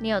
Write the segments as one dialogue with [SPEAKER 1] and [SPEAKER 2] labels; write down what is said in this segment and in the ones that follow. [SPEAKER 1] 你有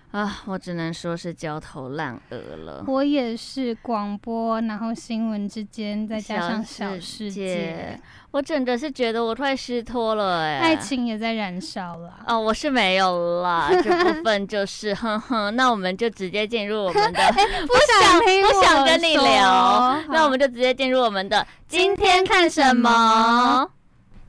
[SPEAKER 1] 啊，我只能说是焦头烂额了。
[SPEAKER 2] 我也是广播，然后新闻之间，再加上小世界，，
[SPEAKER 1] 我真的是觉得我快失脱了哎、
[SPEAKER 2] 爱情也在燃烧了。
[SPEAKER 1] 哦，我是没有啦，这部分就是哼哼，那我们就直接进入我们 的，
[SPEAKER 2] 不想听
[SPEAKER 1] 不想跟你
[SPEAKER 2] 哎说
[SPEAKER 1] 聊，那
[SPEAKER 2] 好
[SPEAKER 1] 我们就直接进入我们的
[SPEAKER 2] 今天看什么？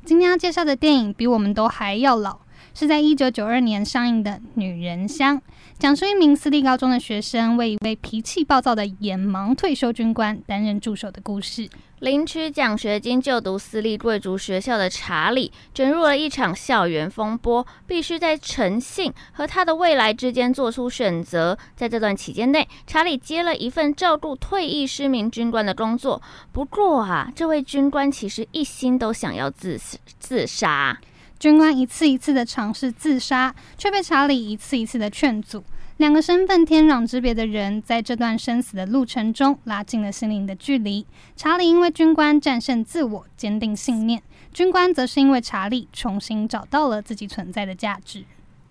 [SPEAKER 2] 今天要介绍的电影比我们都还要老，是在一九九二年上映的《女人香》，讲述一名私立高中的学生为一位脾气暴躁的眼盲退休军官担任助手的故事。
[SPEAKER 1] 领取奖学金就读私立贵族学校的查理，卷入了一场校园风波，必须在诚信和他的未来之间做出选择。在这段期间内，查理接了一份照顾退役失明军官的工作。不过啊，这位军官其实一心都想要自死自杀。
[SPEAKER 2] 军官一次一次的尝试自杀，却被查理一次一次的劝阻。两个身份天壤之别的人，在这段生死的路程中拉近了心灵的距离。查理因为军官战胜自我，坚定信念；军官则是因为查理重新找到了自己存在的价值。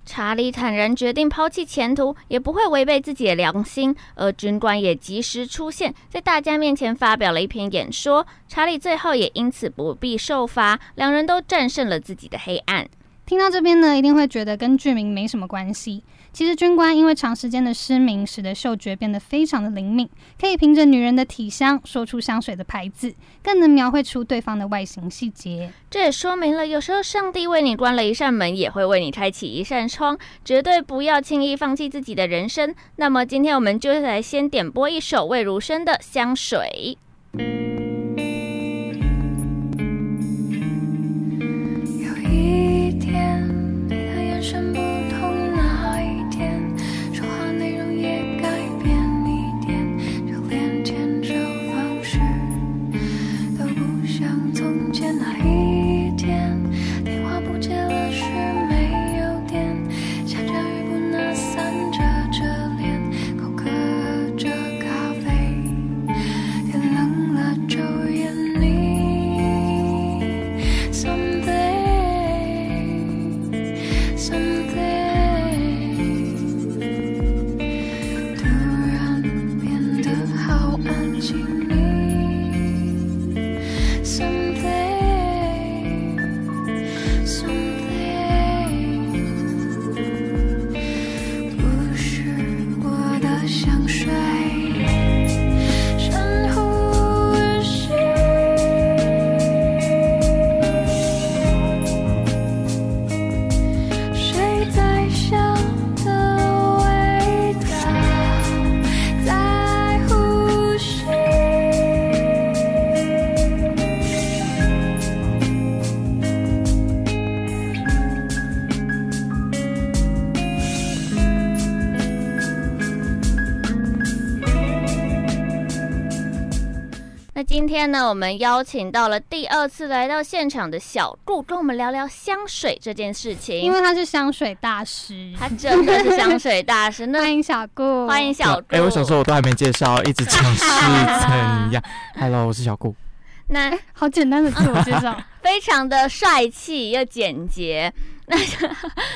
[SPEAKER 1] 查理坦然决定抛弃前途，也不会违背自己的良心，而军官也及时出现，在大家面前发表了一篇演说。查理最后也因此不必受罚，两人都战胜了自己的黑暗。
[SPEAKER 2] 听到这边呢，一定会觉得跟剧名没什么关系。其实军官因为长时间的失明，使得嗅觉变得非常的灵敏，可以凭着女人的体香说出香水的牌子，更能描绘出对方的外形细节。
[SPEAKER 1] 这也说明了，有时候上帝为你关了一扇门，也会为你开启一扇窗。绝对不要轻易放弃自己的人生。那么，今天我们就来先点播一首魏如萱的《香水》。
[SPEAKER 3] 有一天，你的眼神不同那一天，说话内容也改变一点，就连牵手方式都不像从前那一天。电话不接了是没有电，下着雨不拿伞遮着脸，口渴着咖啡，天冷了就眼里。Someday, someday，突然变得好安静。Someday, someday，不是我的香水，深呼吸。谁在笑的味道，在呼吸？
[SPEAKER 1] 那今天呢，我们邀请到了第二次来到现场的小顾，跟我们聊聊香水这件事情。
[SPEAKER 2] 因为他是香水大师。
[SPEAKER 1] 他真的是香水大师，那
[SPEAKER 2] 欢迎小顾，
[SPEAKER 1] 欢迎小顾。
[SPEAKER 4] 哎、我想说，我都还没介绍，一直讲是怎样。Hello，我是小顾。
[SPEAKER 1] 那
[SPEAKER 2] 好简单的自我介 绍。
[SPEAKER 1] 非常的帅气又简洁。 那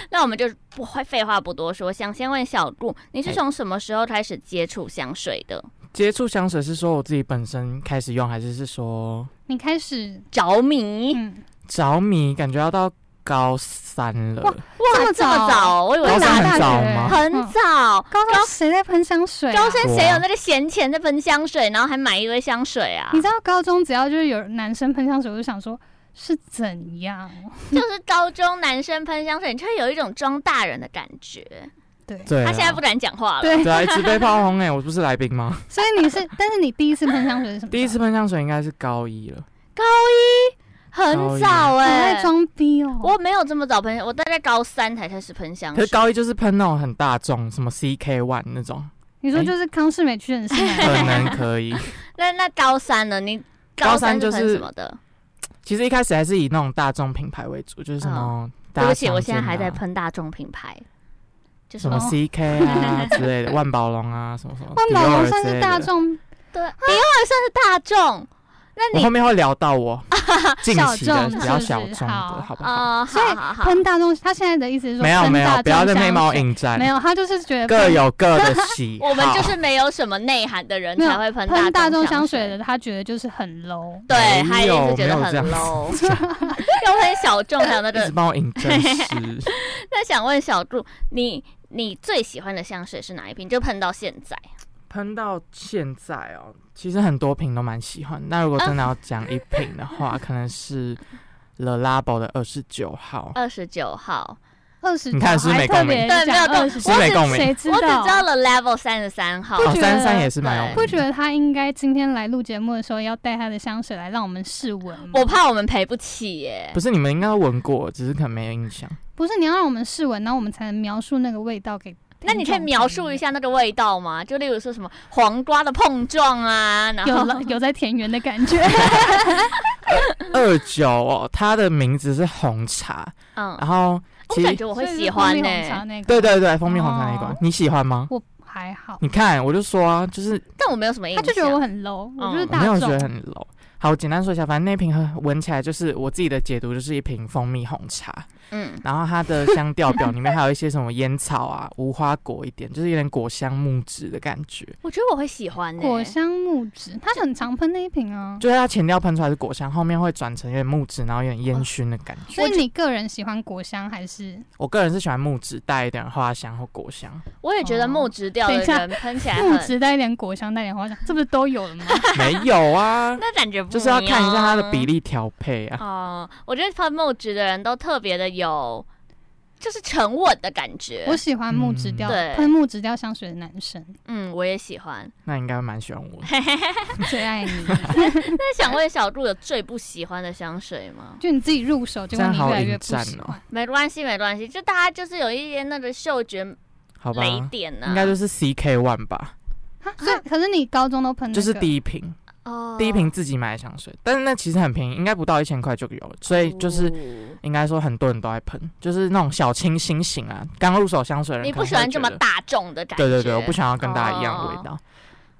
[SPEAKER 1] 那我们就不会废话不多说，想先问小顾，你是
[SPEAKER 4] 哎
[SPEAKER 1] 从什么时候开始接触香水的？
[SPEAKER 4] 接触香水是说我自己本身开始用，还是是说
[SPEAKER 2] 你开始，
[SPEAKER 1] 着迷？
[SPEAKER 2] 嗯，
[SPEAKER 4] 着迷？感觉要到高三了
[SPEAKER 2] 哇，
[SPEAKER 1] 哇，
[SPEAKER 2] 么
[SPEAKER 1] 这么早，我以为
[SPEAKER 4] 高三
[SPEAKER 1] 大
[SPEAKER 4] 很早
[SPEAKER 2] 学
[SPEAKER 4] 吗
[SPEAKER 1] 很
[SPEAKER 2] 嗯
[SPEAKER 1] 早，
[SPEAKER 2] 高中谁在喷香水、啊？
[SPEAKER 1] 高三谁有
[SPEAKER 4] 哇
[SPEAKER 1] 那个闲钱在喷香水，然后还买一堆香水啊？
[SPEAKER 2] 你知道高中只要就是有男生喷香水，我就想说是怎样？
[SPEAKER 1] 就是高中男生喷香水，你就会有一种装大人的感觉。
[SPEAKER 2] 对
[SPEAKER 4] 对啊，
[SPEAKER 1] 他现在不敢讲话了。
[SPEAKER 2] 对，
[SPEAKER 4] 对啊，一直被炮轰 哎，我不是来 宾吗？
[SPEAKER 2] 所以你是，但是你第一次喷香水是什么时候？
[SPEAKER 4] 第一次喷香水应该是高一了，
[SPEAKER 1] 高一很早
[SPEAKER 2] 好
[SPEAKER 1] 哎、
[SPEAKER 2] 爱装逼哦！
[SPEAKER 1] 我没有这么早喷，我大概高三才开始喷香
[SPEAKER 4] 可
[SPEAKER 1] 水
[SPEAKER 4] 是。高一就是喷那种很大众，什么 CK One 那种，
[SPEAKER 2] 你说就是康世美去认识
[SPEAKER 4] 可能可以。
[SPEAKER 1] 那那高三呢？你
[SPEAKER 4] 高
[SPEAKER 1] 三
[SPEAKER 4] 三就是
[SPEAKER 1] 喷什么的？
[SPEAKER 4] 其实一开始还是以那种大众品牌为主，就是什么
[SPEAKER 1] 嗯对
[SPEAKER 4] 大家
[SPEAKER 1] 不起，我
[SPEAKER 4] 常
[SPEAKER 1] 现在
[SPEAKER 4] 见的
[SPEAKER 1] 还在
[SPEAKER 4] 啊
[SPEAKER 1] 喷大众品牌，就
[SPEAKER 4] 什么 CK 啊之类的，万宝龙啊什么什么，
[SPEAKER 2] 万宝龙
[SPEAKER 4] Dior
[SPEAKER 2] 算
[SPEAKER 4] 之
[SPEAKER 2] 是
[SPEAKER 4] 类
[SPEAKER 2] 大
[SPEAKER 4] 的。
[SPEAKER 2] 众
[SPEAKER 1] 对，迪奥算是大众。那
[SPEAKER 4] 我
[SPEAKER 1] 你
[SPEAKER 4] 后面会聊 到我近期
[SPEAKER 2] 小
[SPEAKER 4] 的
[SPEAKER 2] 众
[SPEAKER 4] 比
[SPEAKER 2] 是
[SPEAKER 4] 较
[SPEAKER 2] 不是
[SPEAKER 4] 小众
[SPEAKER 2] 好呃
[SPEAKER 4] 的，好不好？
[SPEAKER 1] 哦，
[SPEAKER 2] 所以
[SPEAKER 1] 好好好，
[SPEAKER 2] 喷大众，他现在的意思是说
[SPEAKER 4] 没有
[SPEAKER 2] 喷
[SPEAKER 4] 没有
[SPEAKER 2] 大，
[SPEAKER 4] 不要
[SPEAKER 2] 众
[SPEAKER 4] 再
[SPEAKER 2] 香
[SPEAKER 4] 黑猫
[SPEAKER 2] 水
[SPEAKER 4] 引战
[SPEAKER 2] 没，有，他就是觉得
[SPEAKER 4] 各
[SPEAKER 2] 喷
[SPEAKER 4] 有 各的喜好。
[SPEAKER 1] 我们就是没有什么内涵的人
[SPEAKER 2] 没有
[SPEAKER 1] 才会喷
[SPEAKER 2] 喷大
[SPEAKER 1] 众
[SPEAKER 2] 众香
[SPEAKER 1] 水
[SPEAKER 2] 水的，他觉得就是很 low。
[SPEAKER 1] 对，
[SPEAKER 4] 没
[SPEAKER 1] 他一定
[SPEAKER 4] 有
[SPEAKER 1] 是觉得
[SPEAKER 4] 没有
[SPEAKER 1] 很
[SPEAKER 4] 这样
[SPEAKER 1] low，又 很小众，还有那
[SPEAKER 4] 一直
[SPEAKER 1] 个。
[SPEAKER 4] 帮我引 真实。
[SPEAKER 1] 那想问小祝，你你最喜欢的香水是哪一瓶？就喷到现在，
[SPEAKER 4] 喷到现在哦，其实很多瓶都蛮喜欢。那如果
[SPEAKER 2] 啊
[SPEAKER 4] 真的要讲一瓶 的话，可能是 Le Labo 的二十九号。
[SPEAKER 2] 呃
[SPEAKER 1] 二十九号，
[SPEAKER 2] 二十，
[SPEAKER 4] 你看是
[SPEAKER 2] 还
[SPEAKER 4] 没
[SPEAKER 2] 特
[SPEAKER 4] 共鸣
[SPEAKER 2] 别
[SPEAKER 1] 对没有
[SPEAKER 2] 讲
[SPEAKER 1] 共
[SPEAKER 2] 二十
[SPEAKER 4] 是没共鸣
[SPEAKER 2] 谁知
[SPEAKER 1] 我只
[SPEAKER 2] 道
[SPEAKER 1] 知道了 Level 三十三号。
[SPEAKER 2] 不
[SPEAKER 4] 哦，
[SPEAKER 2] 觉
[SPEAKER 4] 三
[SPEAKER 2] 得
[SPEAKER 4] 三也是蛮有名的。
[SPEAKER 2] 不觉得他应该今天来录节目的时候要带他的香水来让我们试闻吗？
[SPEAKER 1] 我怕我们赔不起耶、
[SPEAKER 4] 不是你们应该都闻过，只是可能没有 印象。
[SPEAKER 2] 不是你要让我们试闻，然后我们才能描述那个味道给。
[SPEAKER 1] 那你可以描述一，下那个味道吗？就例如说什么黄瓜的碰撞啊，然
[SPEAKER 2] 有
[SPEAKER 1] 后
[SPEAKER 2] 了有在田园的感觉，
[SPEAKER 4] 二九哦，它的名字是红茶，
[SPEAKER 1] 嗯，
[SPEAKER 2] 哦
[SPEAKER 4] 然后
[SPEAKER 1] 我
[SPEAKER 4] 其
[SPEAKER 1] 感
[SPEAKER 4] 实
[SPEAKER 1] 觉我会喜欢呢、
[SPEAKER 2] 所以啊是蜂蜜红茶那个
[SPEAKER 4] 对对对，蜂蜜红茶那一款
[SPEAKER 2] 哦，
[SPEAKER 4] 你喜欢吗？
[SPEAKER 2] 欸我还好，
[SPEAKER 4] 你看，我就说啊，就是
[SPEAKER 1] 但我没有什么印
[SPEAKER 2] 他
[SPEAKER 1] 象。
[SPEAKER 2] 就觉得我很 low，我就是
[SPEAKER 4] 嗯我没有
[SPEAKER 2] 大
[SPEAKER 4] 觉得
[SPEAKER 2] 众。
[SPEAKER 4] 很 low。好，我简单说一下，反正那瓶很闻起来就是我自己的解读，就是一瓶蜂蜜红茶。
[SPEAKER 1] 嗯，
[SPEAKER 4] 然后它的香调表里面还有一些什么烟草啊、无花果一点，就是有点果香木质的感觉。
[SPEAKER 1] 我觉得我会喜欢、呢。
[SPEAKER 2] 果香木质，他很常喷那一瓶啊，
[SPEAKER 4] 就是它前调喷出来是果香，后面会转成有点木质，然后有点烟熏的感觉。
[SPEAKER 2] 所以你个人喜欢果香还是？
[SPEAKER 4] 我个人是喜欢木质带一点花香或 果香，
[SPEAKER 1] 我也觉得木质调的
[SPEAKER 2] 等一下
[SPEAKER 1] 人喷起来
[SPEAKER 2] 木
[SPEAKER 1] 很，
[SPEAKER 2] 质带一点果香，带点花香，这不是都有了吗？
[SPEAKER 4] 没有啊，
[SPEAKER 1] 那感觉不啊
[SPEAKER 4] 就是要看一下它的比
[SPEAKER 1] 例。
[SPEAKER 4] 例调配
[SPEAKER 2] 嗯
[SPEAKER 4] 啊。
[SPEAKER 1] 哦、我觉得喷木质的人都特别的有，就是沉稳的感觉
[SPEAKER 2] 我。喜欢木质调，
[SPEAKER 1] 嗯对
[SPEAKER 2] 喷木质调香水的男 生
[SPEAKER 1] 嗯，我也喜欢。
[SPEAKER 4] 那应该蛮喜欢 我的。
[SPEAKER 2] 最爱你，
[SPEAKER 1] 那想
[SPEAKER 4] 哎
[SPEAKER 1] 问小鹿有最不喜欢的香水吗？
[SPEAKER 4] 哦
[SPEAKER 2] 就你自己入手，结果你
[SPEAKER 4] 这样
[SPEAKER 2] 越来
[SPEAKER 4] 好
[SPEAKER 2] 越不
[SPEAKER 4] 引战
[SPEAKER 2] 喜
[SPEAKER 4] 哦
[SPEAKER 2] 欢。
[SPEAKER 1] 没关系，没关系，就大家就是有一些那个嗅觉
[SPEAKER 4] 好吧，
[SPEAKER 1] 雷点呢、啊，
[SPEAKER 4] 应该就是 CK One 吧，
[SPEAKER 2] 哈啊所以可是你高中都喷那个，
[SPEAKER 4] 就是第一瓶，
[SPEAKER 1] 嗯哦
[SPEAKER 4] 第一瓶自己买的香水，但是那其实很便宜，应该不到一千块就有了，所以就是
[SPEAKER 1] 哦
[SPEAKER 4] 应该说很多人都在喷，就是那种小清新型啊，刚入手香水的人
[SPEAKER 1] 你
[SPEAKER 4] 可能
[SPEAKER 1] 不
[SPEAKER 4] 会
[SPEAKER 1] 喜欢这么
[SPEAKER 4] 觉得。
[SPEAKER 1] 大众的感觉。哦
[SPEAKER 4] 对对对，我不想要跟大家一样的味道。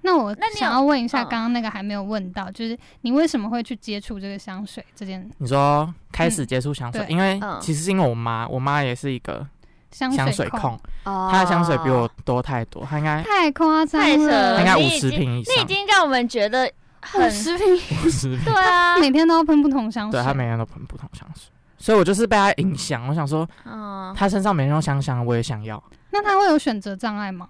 [SPEAKER 2] 那我
[SPEAKER 1] 那你有
[SPEAKER 2] 想要问一下，
[SPEAKER 1] 嗯
[SPEAKER 2] 刚刚那个还没有问到，就是你为什么会去接触这个香水这件
[SPEAKER 4] 你说开始接触香水，
[SPEAKER 2] 嗯对
[SPEAKER 4] 因为
[SPEAKER 1] 嗯
[SPEAKER 4] 其实是因为我妈，我妈也是一个
[SPEAKER 2] 香
[SPEAKER 4] 香
[SPEAKER 2] 水
[SPEAKER 4] 水
[SPEAKER 2] 控？
[SPEAKER 4] 控，
[SPEAKER 1] 哦
[SPEAKER 4] 她的香水比我多太多，她应该
[SPEAKER 2] 太夸张
[SPEAKER 1] 太扯
[SPEAKER 4] 她
[SPEAKER 1] 了
[SPEAKER 2] 了，
[SPEAKER 4] 应该
[SPEAKER 1] 你
[SPEAKER 4] 五
[SPEAKER 1] 已
[SPEAKER 4] 十
[SPEAKER 1] 经
[SPEAKER 4] 瓶以
[SPEAKER 1] 哦你已
[SPEAKER 4] 上，
[SPEAKER 1] 经让 我们觉得很
[SPEAKER 2] 五十瓶，
[SPEAKER 4] 五十瓶
[SPEAKER 1] 对，啊，
[SPEAKER 2] 每天都要喷不同香水。
[SPEAKER 4] 对她每天都喷不同香水，所以我就是被她影响，我想说
[SPEAKER 1] 嗯，
[SPEAKER 4] 她身上每天都香香的，我也想要。
[SPEAKER 2] 那他会有选择障碍 吗？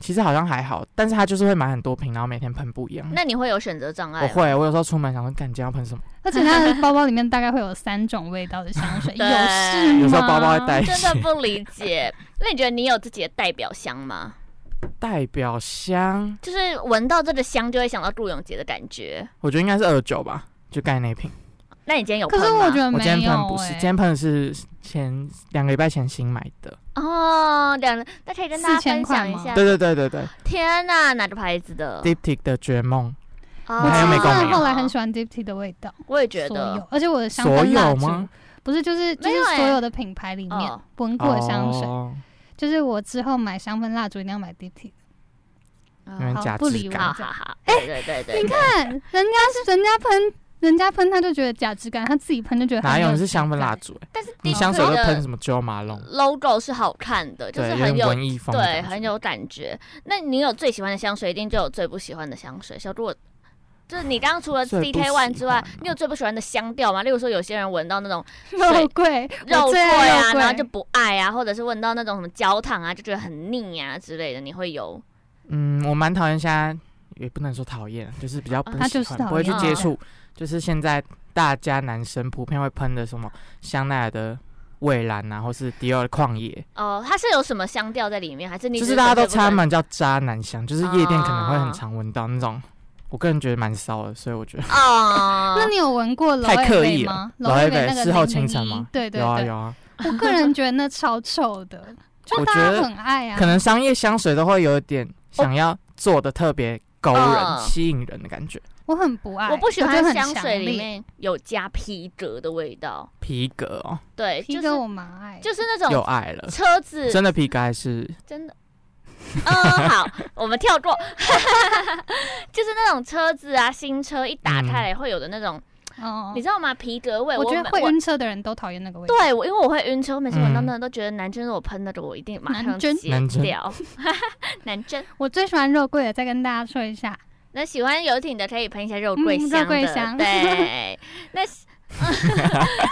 [SPEAKER 4] 其实好像还好，但是她就是会买很多瓶，然后每天喷不一样。
[SPEAKER 2] 哎
[SPEAKER 1] 那你会有选择障碍
[SPEAKER 4] 我
[SPEAKER 1] 吗？
[SPEAKER 4] 会，我有时候出门想说，干今天要喷什么，
[SPEAKER 2] 而且他的包包里面大概会有三种味道的香 水，有
[SPEAKER 1] 对
[SPEAKER 2] 事吗？
[SPEAKER 4] 有时候包包会带一
[SPEAKER 1] 真
[SPEAKER 4] 些
[SPEAKER 1] 的不理解。那你觉得你有自己的代表香吗？
[SPEAKER 4] 代表香。
[SPEAKER 1] 就是闻到这个香就会想到杜永杰的感觉。
[SPEAKER 4] 我觉得应该是二九吧，就盖那一瓶。
[SPEAKER 1] 那你今天有
[SPEAKER 2] 可
[SPEAKER 1] 喷吗？
[SPEAKER 2] 是我觉得
[SPEAKER 4] 我
[SPEAKER 2] 没
[SPEAKER 4] 今天
[SPEAKER 2] 有、
[SPEAKER 4] 喷不是，
[SPEAKER 2] 欸，
[SPEAKER 4] 今天喷的是前两个礼拜前新买的。
[SPEAKER 1] 哦，两人，那可以跟大家
[SPEAKER 2] 4000
[SPEAKER 1] 分享一
[SPEAKER 2] 块吗
[SPEAKER 1] 下。
[SPEAKER 4] 对对对对对
[SPEAKER 1] 天呐，哪个牌子
[SPEAKER 2] 嗯
[SPEAKER 1] 的？
[SPEAKER 4] ，Diptic 的绝梦，
[SPEAKER 1] 哦
[SPEAKER 4] 我还有美
[SPEAKER 2] 真
[SPEAKER 4] 共
[SPEAKER 2] 的
[SPEAKER 4] 鸣
[SPEAKER 2] 后来很喜欢 Dipty 的味道，
[SPEAKER 1] 我也觉
[SPEAKER 2] 所
[SPEAKER 1] 得
[SPEAKER 2] 有，而且我的香
[SPEAKER 4] 所
[SPEAKER 2] 氛蜡
[SPEAKER 4] 有
[SPEAKER 2] 烛
[SPEAKER 4] 吗？
[SPEAKER 2] 不是就是就
[SPEAKER 1] 没有
[SPEAKER 2] 是
[SPEAKER 1] 欸
[SPEAKER 2] 所有的品牌里面
[SPEAKER 1] 哦
[SPEAKER 2] 闻过的香水，
[SPEAKER 4] 哦
[SPEAKER 2] 就是我之后买香氛蜡烛一定要买 Dipty。
[SPEAKER 4] 有点
[SPEAKER 1] 嗯
[SPEAKER 2] 好
[SPEAKER 4] 假
[SPEAKER 2] 不理
[SPEAKER 4] 质
[SPEAKER 2] 我
[SPEAKER 1] 好
[SPEAKER 4] 感。
[SPEAKER 1] 好好，对对对对，
[SPEAKER 2] 哎你看，人家是人家喷，人家喷他就觉得假质感，他自己喷就觉得
[SPEAKER 4] 哪
[SPEAKER 2] 很
[SPEAKER 4] 有？
[SPEAKER 2] 有
[SPEAKER 4] 你 是香氛
[SPEAKER 2] 质
[SPEAKER 4] 蜡
[SPEAKER 2] 感。
[SPEAKER 4] 烛欸，
[SPEAKER 1] 但是
[SPEAKER 4] 你香水
[SPEAKER 1] 的
[SPEAKER 4] 都喷什么 Jo Malone？
[SPEAKER 1] logo 是好看的，就
[SPEAKER 4] 对，
[SPEAKER 1] 是
[SPEAKER 4] 有
[SPEAKER 1] 很
[SPEAKER 4] 点
[SPEAKER 1] 有
[SPEAKER 4] 文艺风的感
[SPEAKER 1] 对
[SPEAKER 4] 觉，
[SPEAKER 1] 很有感觉。那你有最喜欢的香水，一定就有最不喜欢的香水。小杜，就是你刚刚除了
[SPEAKER 4] 最
[SPEAKER 1] C
[SPEAKER 4] 不
[SPEAKER 1] K One
[SPEAKER 4] 喜
[SPEAKER 1] 之外
[SPEAKER 4] 欢，
[SPEAKER 1] 你有最不喜欢的香调吗？例如说，有些人闻到那种
[SPEAKER 2] 肉桂，
[SPEAKER 1] 肉桂
[SPEAKER 2] 我最爱
[SPEAKER 1] 啊，
[SPEAKER 2] 肉桂
[SPEAKER 1] 然后就不爱啊，或者是闻到那种什么焦糖啊，就觉得很腻啊之类的，你会有
[SPEAKER 4] 嗯，我蛮讨厌现在，也不能说讨厌，就是比较不
[SPEAKER 1] 啊
[SPEAKER 2] 哦他
[SPEAKER 4] 喜
[SPEAKER 2] 就是
[SPEAKER 4] 欢，
[SPEAKER 2] 讨哦
[SPEAKER 4] 不会去
[SPEAKER 1] 厌
[SPEAKER 4] 接
[SPEAKER 1] 嗯
[SPEAKER 4] 触。就是现在大家男生普遍会喷的什么香奈儿的蔚蓝啊，或是迪奥的旷野，
[SPEAKER 1] 哦、它是有什么香调在里面，还是你
[SPEAKER 4] 就
[SPEAKER 1] 只
[SPEAKER 4] 是大家都
[SPEAKER 1] 纯粹不
[SPEAKER 4] 插
[SPEAKER 1] 喜欢
[SPEAKER 4] 满叫渣男香，就是夜店可能会
[SPEAKER 1] 啊
[SPEAKER 4] 很
[SPEAKER 2] 哦
[SPEAKER 4] 常闻到那种。我个人觉得蛮骚的，所以我觉得
[SPEAKER 1] 哦，
[SPEAKER 2] 那你有闻过楼
[SPEAKER 4] 啊太
[SPEAKER 2] 爱
[SPEAKER 4] 刻
[SPEAKER 2] 蕾
[SPEAKER 4] 意了
[SPEAKER 2] 吗？
[SPEAKER 4] 老
[SPEAKER 2] 爱
[SPEAKER 4] 一
[SPEAKER 2] 蕾
[SPEAKER 4] 辈
[SPEAKER 2] 那个
[SPEAKER 4] 事后
[SPEAKER 2] 001
[SPEAKER 4] 清晨吗？
[SPEAKER 2] 对对
[SPEAKER 4] 有啊
[SPEAKER 2] 对，
[SPEAKER 4] 有啊，
[SPEAKER 2] 我个 人觉得那超臭的，就
[SPEAKER 4] 我
[SPEAKER 2] 大
[SPEAKER 4] 觉
[SPEAKER 2] 家
[SPEAKER 4] 得
[SPEAKER 2] 很爱啊
[SPEAKER 4] 可。能商业香水都会有一点想要做的特别勾人、
[SPEAKER 1] 嗯
[SPEAKER 4] 吸引人的感觉，
[SPEAKER 2] 我很不爱，
[SPEAKER 1] 我不喜
[SPEAKER 2] 觉得
[SPEAKER 1] 欢
[SPEAKER 2] 很
[SPEAKER 1] 香水
[SPEAKER 2] 强
[SPEAKER 1] 里
[SPEAKER 2] 烈
[SPEAKER 1] 面有加皮革的味道，
[SPEAKER 4] 皮革哦，
[SPEAKER 1] 对，
[SPEAKER 2] 皮
[SPEAKER 1] 就
[SPEAKER 2] 革
[SPEAKER 1] 是
[SPEAKER 2] 我蛮爱的，
[SPEAKER 1] 就是那
[SPEAKER 4] 又
[SPEAKER 1] 种
[SPEAKER 4] 爱了，
[SPEAKER 1] 车子
[SPEAKER 4] 真的皮革还是
[SPEAKER 1] 真的。 嗯，好，我们跳过， 就是那种车子啊，新车一打开来会有的那种，
[SPEAKER 2] 哦
[SPEAKER 1] 你，知道吗？皮革味，
[SPEAKER 2] 我觉
[SPEAKER 1] 每
[SPEAKER 2] 得会晕车的人都讨厌那个味道。
[SPEAKER 1] 对，啊我因为我会晕车，我每次闻到
[SPEAKER 4] 嗯
[SPEAKER 1] 那个都觉得男针，我喷那个我一定马上
[SPEAKER 2] 男针
[SPEAKER 1] 戒
[SPEAKER 4] 男针
[SPEAKER 1] 掉。 男针，
[SPEAKER 2] 我最喜欢肉桂的，再跟大家说一下，
[SPEAKER 1] 那喜欢游艇的可以喷一下肉桂
[SPEAKER 2] 嗯
[SPEAKER 1] 香
[SPEAKER 2] 肉
[SPEAKER 1] 的，
[SPEAKER 2] 桂香
[SPEAKER 1] 对。那